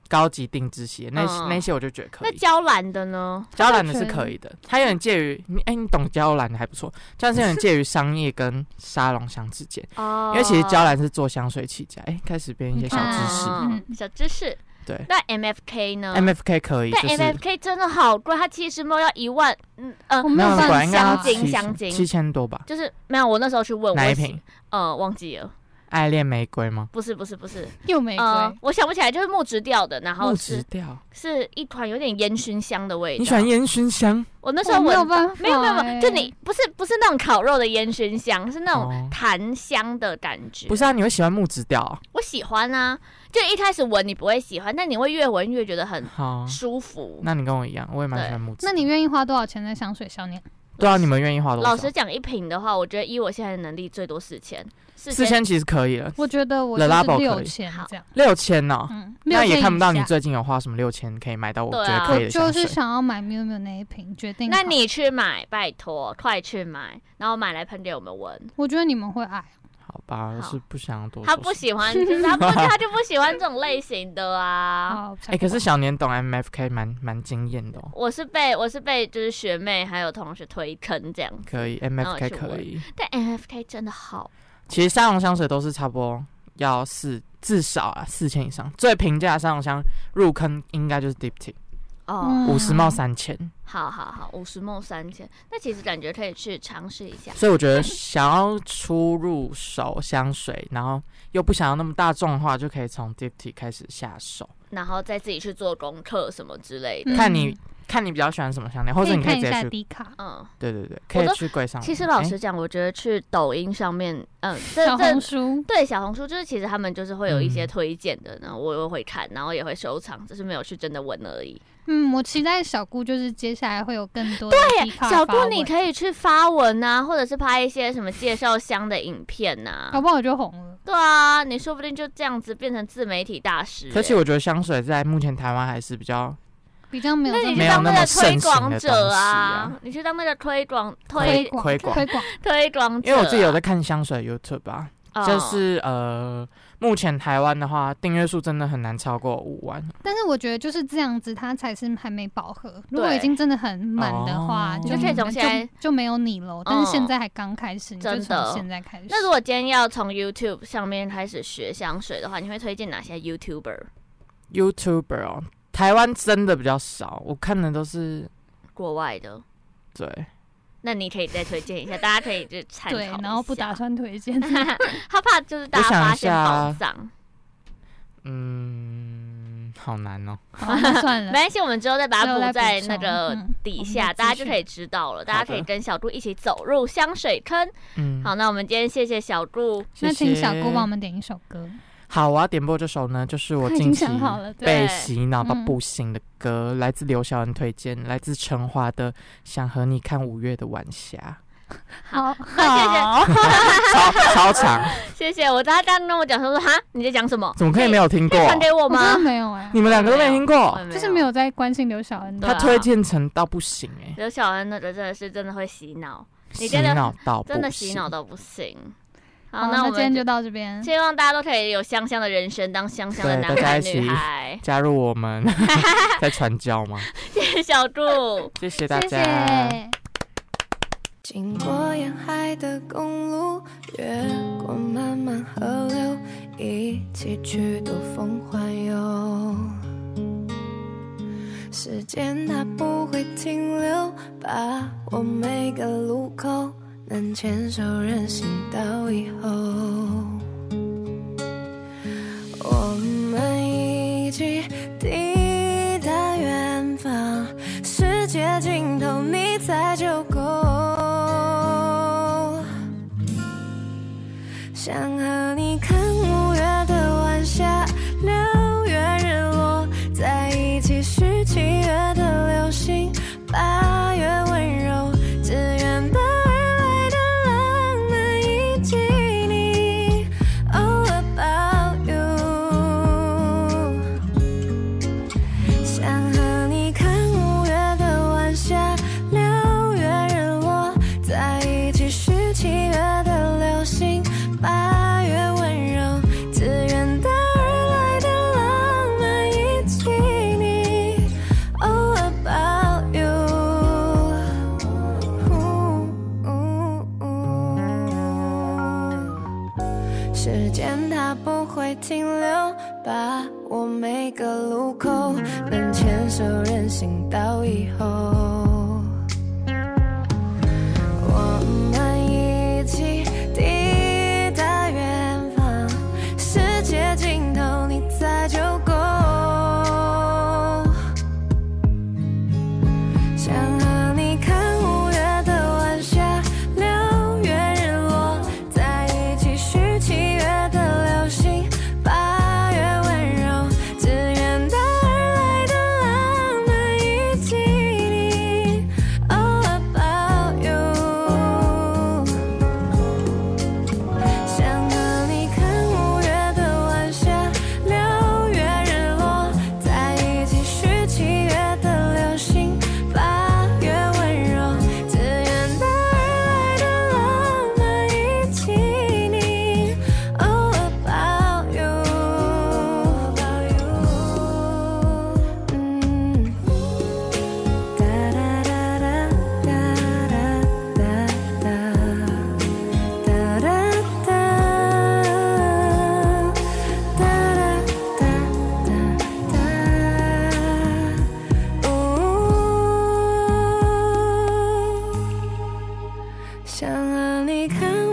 [SPEAKER 4] 高级定制鞋，那、
[SPEAKER 1] 嗯
[SPEAKER 4] 那些我就觉得可
[SPEAKER 1] 那
[SPEAKER 4] 以。
[SPEAKER 1] 娇兰的呢？
[SPEAKER 4] 娇兰的是可以的，它有点介于你哎、你懂娇兰的还不错，但是有点介于商业跟沙龙香之间，
[SPEAKER 1] 哦
[SPEAKER 4] 因为其实娇兰是做香水起家，哎、开始编一些小知识。
[SPEAKER 1] 嗯，小知识。
[SPEAKER 4] 对
[SPEAKER 1] 那 MFK 呢
[SPEAKER 4] MFK 可以，
[SPEAKER 1] 嗯但
[SPEAKER 4] 就是
[SPEAKER 1] MFK 真的好贵，它七十 ml 要一万，嗯呃
[SPEAKER 2] 我，没
[SPEAKER 4] 没有
[SPEAKER 2] 有
[SPEAKER 4] 人管，
[SPEAKER 2] 办
[SPEAKER 4] 应该要
[SPEAKER 2] 法，啊
[SPEAKER 1] 香精
[SPEAKER 4] 七
[SPEAKER 1] 香精
[SPEAKER 4] 七千多吧？
[SPEAKER 1] 就是没有。我那时候去问
[SPEAKER 4] 哪
[SPEAKER 1] 我
[SPEAKER 4] 一
[SPEAKER 1] 喜，
[SPEAKER 4] 瓶？
[SPEAKER 1] 呃，忘记了，
[SPEAKER 4] 爱恋玫瑰吗？
[SPEAKER 1] 不是不是不是，
[SPEAKER 2] 又玫
[SPEAKER 1] 呃
[SPEAKER 2] 瑰，，
[SPEAKER 1] 我想不起来，就是木质调的，然后
[SPEAKER 4] 木质
[SPEAKER 1] 是
[SPEAKER 4] 调，
[SPEAKER 1] 是一款有点烟熏香的味道。
[SPEAKER 4] 你喜欢？烟熏香？
[SPEAKER 1] 我那时
[SPEAKER 2] 我
[SPEAKER 1] 候
[SPEAKER 2] 没
[SPEAKER 1] 闻
[SPEAKER 2] 有
[SPEAKER 1] 到。
[SPEAKER 2] 办法，哎
[SPEAKER 1] 没有没有没有，就你不是不是那种烤肉的烟熏香，是那
[SPEAKER 4] 哦
[SPEAKER 1] 种檀香的感觉。
[SPEAKER 4] 不是啊，你会喜欢木质调、
[SPEAKER 1] 我喜欢啊，就一开始闻你不会喜欢，但你会越闻越觉得很
[SPEAKER 4] 好，
[SPEAKER 1] 舒服。
[SPEAKER 4] 那你跟我一样，我也蛮喜欢木质。
[SPEAKER 2] 那你愿意花多少钱在香水上面？
[SPEAKER 4] 对啊，你们愿意花多少？
[SPEAKER 1] 老实讲，一瓶的话，我觉得以我现在的能力，最多四千，四
[SPEAKER 4] 四千其实可以了，
[SPEAKER 2] 我觉得我
[SPEAKER 4] The
[SPEAKER 2] 就是
[SPEAKER 4] Labo 可以
[SPEAKER 2] 六千这样，
[SPEAKER 4] 六千呢、
[SPEAKER 2] 嗯，
[SPEAKER 4] 那
[SPEAKER 2] 6000
[SPEAKER 4] 也看不到
[SPEAKER 2] 以
[SPEAKER 4] 你
[SPEAKER 2] 下
[SPEAKER 4] 最近有花什么六千可以买到我
[SPEAKER 1] 对
[SPEAKER 4] 觉
[SPEAKER 1] 啊
[SPEAKER 4] 得可以
[SPEAKER 2] 我
[SPEAKER 4] 的
[SPEAKER 2] 就
[SPEAKER 4] 香
[SPEAKER 2] 是
[SPEAKER 4] 水。
[SPEAKER 2] 想要买 miu miu 那一瓶，决定。
[SPEAKER 1] 那，你去买，拜托，快去买，然后买来喷给我们闻。
[SPEAKER 2] 我觉得你们会爱，
[SPEAKER 4] 好吧，我
[SPEAKER 1] 好
[SPEAKER 4] 是不想多
[SPEAKER 1] 他
[SPEAKER 4] 说
[SPEAKER 1] 不
[SPEAKER 4] 什么。
[SPEAKER 1] 喜欢，就是 他不，他就不喜欢这种类型的啊。
[SPEAKER 2] 好，
[SPEAKER 4] 哎、可是小年懂 MFK 蛮蛮惊艳的哦，
[SPEAKER 1] 我是被我是被就是学妹还有同学推坑这样，
[SPEAKER 4] 可以
[SPEAKER 1] 我也
[SPEAKER 4] MFK
[SPEAKER 1] 去
[SPEAKER 4] 可
[SPEAKER 1] 闻
[SPEAKER 4] 以。
[SPEAKER 1] 但 MFK 真的好，
[SPEAKER 4] 其实沙龙香水都是差不多要四至少啊四千以上，最平价的沙龙香入坑应该就是 Dipty
[SPEAKER 1] 哦，
[SPEAKER 2] 嗯
[SPEAKER 4] 五十冒三千，
[SPEAKER 1] 好好好，五十梦三千，那其实感觉可以去尝试一下。
[SPEAKER 4] 所以我觉得想要出入手香水，然后又不想要那么大众的话，就可以从 Dipty 开始下手，
[SPEAKER 1] 然后再自己去做功课什么之类的。
[SPEAKER 2] 嗯
[SPEAKER 4] 看你看你比较喜欢什么香料，或者
[SPEAKER 2] 以
[SPEAKER 4] 你可
[SPEAKER 2] 看
[SPEAKER 4] 以
[SPEAKER 2] 一
[SPEAKER 4] 直接
[SPEAKER 2] 下
[SPEAKER 4] 去，
[SPEAKER 2] 迪卡，
[SPEAKER 1] 嗯，
[SPEAKER 4] 对对对，可以
[SPEAKER 1] 都
[SPEAKER 4] 去柜上。
[SPEAKER 1] 其实老
[SPEAKER 4] 诶
[SPEAKER 1] 实讲，我觉得去抖音上面，嗯，这
[SPEAKER 2] 小红
[SPEAKER 1] 这
[SPEAKER 2] 书，
[SPEAKER 1] 对小红书，就是其实他们就是会有一些
[SPEAKER 4] 嗯
[SPEAKER 1] 推荐的，然后我也会看，然后也会收藏，只是没有去真的闻而已。
[SPEAKER 2] 嗯，我期待小姑就是接下来会有更多的
[SPEAKER 1] 对
[SPEAKER 2] 迪卡
[SPEAKER 1] 小
[SPEAKER 2] 发
[SPEAKER 1] 姑，你
[SPEAKER 2] 文
[SPEAKER 1] 可以去发文啊，或者是拍一些什么介绍香的影片呐、
[SPEAKER 2] 搞不好我就红了。
[SPEAKER 1] 对啊，你说不定就这样子变成自媒体大师、
[SPEAKER 4] 可是
[SPEAKER 1] 欸
[SPEAKER 4] 我觉得香水在目前台湾还是比较
[SPEAKER 2] 比较没有
[SPEAKER 1] 那
[SPEAKER 2] 这
[SPEAKER 1] 你
[SPEAKER 2] 么
[SPEAKER 1] 去
[SPEAKER 4] 没有
[SPEAKER 1] 当
[SPEAKER 4] 那
[SPEAKER 1] 个
[SPEAKER 4] 么
[SPEAKER 1] 推
[SPEAKER 4] 盛行
[SPEAKER 1] 广
[SPEAKER 4] 的
[SPEAKER 1] 者
[SPEAKER 4] 东西
[SPEAKER 1] 啊
[SPEAKER 4] 啊，
[SPEAKER 1] 你去当那个推广
[SPEAKER 2] 推
[SPEAKER 1] 推
[SPEAKER 2] 广
[SPEAKER 4] 推广
[SPEAKER 2] 推广，
[SPEAKER 1] 推广者啊，
[SPEAKER 4] 因为我自己有在看香水 YouTube 吧，
[SPEAKER 1] 哦
[SPEAKER 4] 就是呃，目前台湾的话，订阅数真的很难超过五万。
[SPEAKER 2] 但是我觉得就是这样子，它才是还没饱和。如果
[SPEAKER 1] 对
[SPEAKER 2] 已经真的很满的话，
[SPEAKER 4] 哦
[SPEAKER 2] 就
[SPEAKER 4] 就
[SPEAKER 1] 可以从
[SPEAKER 2] 就
[SPEAKER 1] 现在嗯
[SPEAKER 2] 就没有你喽。但是现在还刚开始，你就
[SPEAKER 1] 真的
[SPEAKER 2] 从现在开始。
[SPEAKER 1] 那如果今天要从 YouTube 上面开始学香水的话，你会推荐哪些 YouTuber
[SPEAKER 4] YouTuber 哦，台湾真的比较少，我看的都是
[SPEAKER 1] 国外的？
[SPEAKER 4] 对，
[SPEAKER 1] 那你可以再推荐一下，大家可以就参考一
[SPEAKER 2] 对
[SPEAKER 1] 下。，
[SPEAKER 2] 然后不打算推 荐，
[SPEAKER 1] 他怕就是大家
[SPEAKER 4] 我想一
[SPEAKER 1] 发现
[SPEAKER 4] 下
[SPEAKER 1] 宝藏。
[SPEAKER 4] 嗯，好难哦。
[SPEAKER 2] 好那算
[SPEAKER 1] 没
[SPEAKER 2] 了。
[SPEAKER 1] 关系，我们之后再把它
[SPEAKER 2] 之后
[SPEAKER 1] 补
[SPEAKER 2] 再
[SPEAKER 1] 在那
[SPEAKER 2] 补上
[SPEAKER 1] 个
[SPEAKER 2] 嗯
[SPEAKER 1] 底
[SPEAKER 2] 我们
[SPEAKER 1] 下，
[SPEAKER 2] 的
[SPEAKER 1] 大家
[SPEAKER 2] 资
[SPEAKER 1] 就可以
[SPEAKER 2] 讯
[SPEAKER 1] 知道了。大
[SPEAKER 4] 好
[SPEAKER 1] 家
[SPEAKER 4] 的
[SPEAKER 1] 可以跟小猪一起走入香水坑。
[SPEAKER 4] 嗯，
[SPEAKER 1] 好，那我们今天谢谢小猪。
[SPEAKER 2] 那请小姑帮我
[SPEAKER 4] 们。
[SPEAKER 2] 们点一首歌，
[SPEAKER 4] 好，我要点播这首呢，就是我
[SPEAKER 2] 他已经
[SPEAKER 4] 近期
[SPEAKER 2] 想好了，对，
[SPEAKER 1] 对
[SPEAKER 4] 被洗脑到
[SPEAKER 2] 嗯
[SPEAKER 4] 不行的歌，来自刘晓恩推荐，来自陈华的《想和你看五月的晚霞
[SPEAKER 2] 好，
[SPEAKER 1] 那 谢》，
[SPEAKER 4] 超超长，
[SPEAKER 1] 谢谢谢谢我，大家刚刚跟我讲说说哈，你在讲什么？
[SPEAKER 4] 怎么可以没有哦听过？
[SPEAKER 1] 传给我
[SPEAKER 2] 我真的
[SPEAKER 1] 吗？
[SPEAKER 2] 没有哎，
[SPEAKER 4] 你们两个都没听
[SPEAKER 1] 我
[SPEAKER 4] 过
[SPEAKER 1] 也？
[SPEAKER 2] 就是没有在关心刘晓恩
[SPEAKER 1] 对
[SPEAKER 4] 他
[SPEAKER 1] 啊。
[SPEAKER 2] 的
[SPEAKER 4] 推荐成到不行哎、
[SPEAKER 1] 刘晓恩那个真的是真的会洗
[SPEAKER 4] 哦
[SPEAKER 1] 脑，你
[SPEAKER 4] 洗
[SPEAKER 1] 真的
[SPEAKER 4] 脑到
[SPEAKER 1] 真的
[SPEAKER 4] 不
[SPEAKER 1] 洗
[SPEAKER 4] 行
[SPEAKER 1] 脑到不行。好，
[SPEAKER 2] 好，
[SPEAKER 1] 那我
[SPEAKER 2] 今天
[SPEAKER 1] 们
[SPEAKER 2] 就到这边，
[SPEAKER 1] 希望大家都可以有香香的人生，当香香的
[SPEAKER 4] 对
[SPEAKER 1] 男
[SPEAKER 4] 大家
[SPEAKER 1] 孩
[SPEAKER 4] 一起
[SPEAKER 1] 女孩。
[SPEAKER 4] 加入我 们，在传教吗？
[SPEAKER 1] 谢谢小助，
[SPEAKER 4] 谢谢大
[SPEAKER 2] 谢
[SPEAKER 4] 家。
[SPEAKER 2] 谢。
[SPEAKER 3] 经过沿海的公路，越过漫漫河流，一起去兜风环游。时间它不会停留，把握每个路口，能牵手任性到以后。我们一起抵达远方，世界尽头你在就够。想和你看五月的晚霞，六月日落，在一起许七月的流星，八月温柔，只愿把而来的浪漫一起你。All about you。想和你看五月的晚霞，六月日落，在一起许七月的流星，八月温柔，自愿的而来的浪漫一起你，All about you。时间它不会停留，把握每个路口，能牵手任性到以后。我们一起抵达远方，世界尽头你在就够。想和你看五月的晚霞，六月日落，在一起许七月的流星，八月温柔，自愿的而来的浪漫一起你，All about you。想和你看五月的晚霞，六月日落，在一起许七月的流星，八月温柔，自愿的而来的浪漫一起你，All about you，嗯，哒哒哒哒哒哒哒哒。哒哒哒，哒哒哒哒哒，呜。想和你看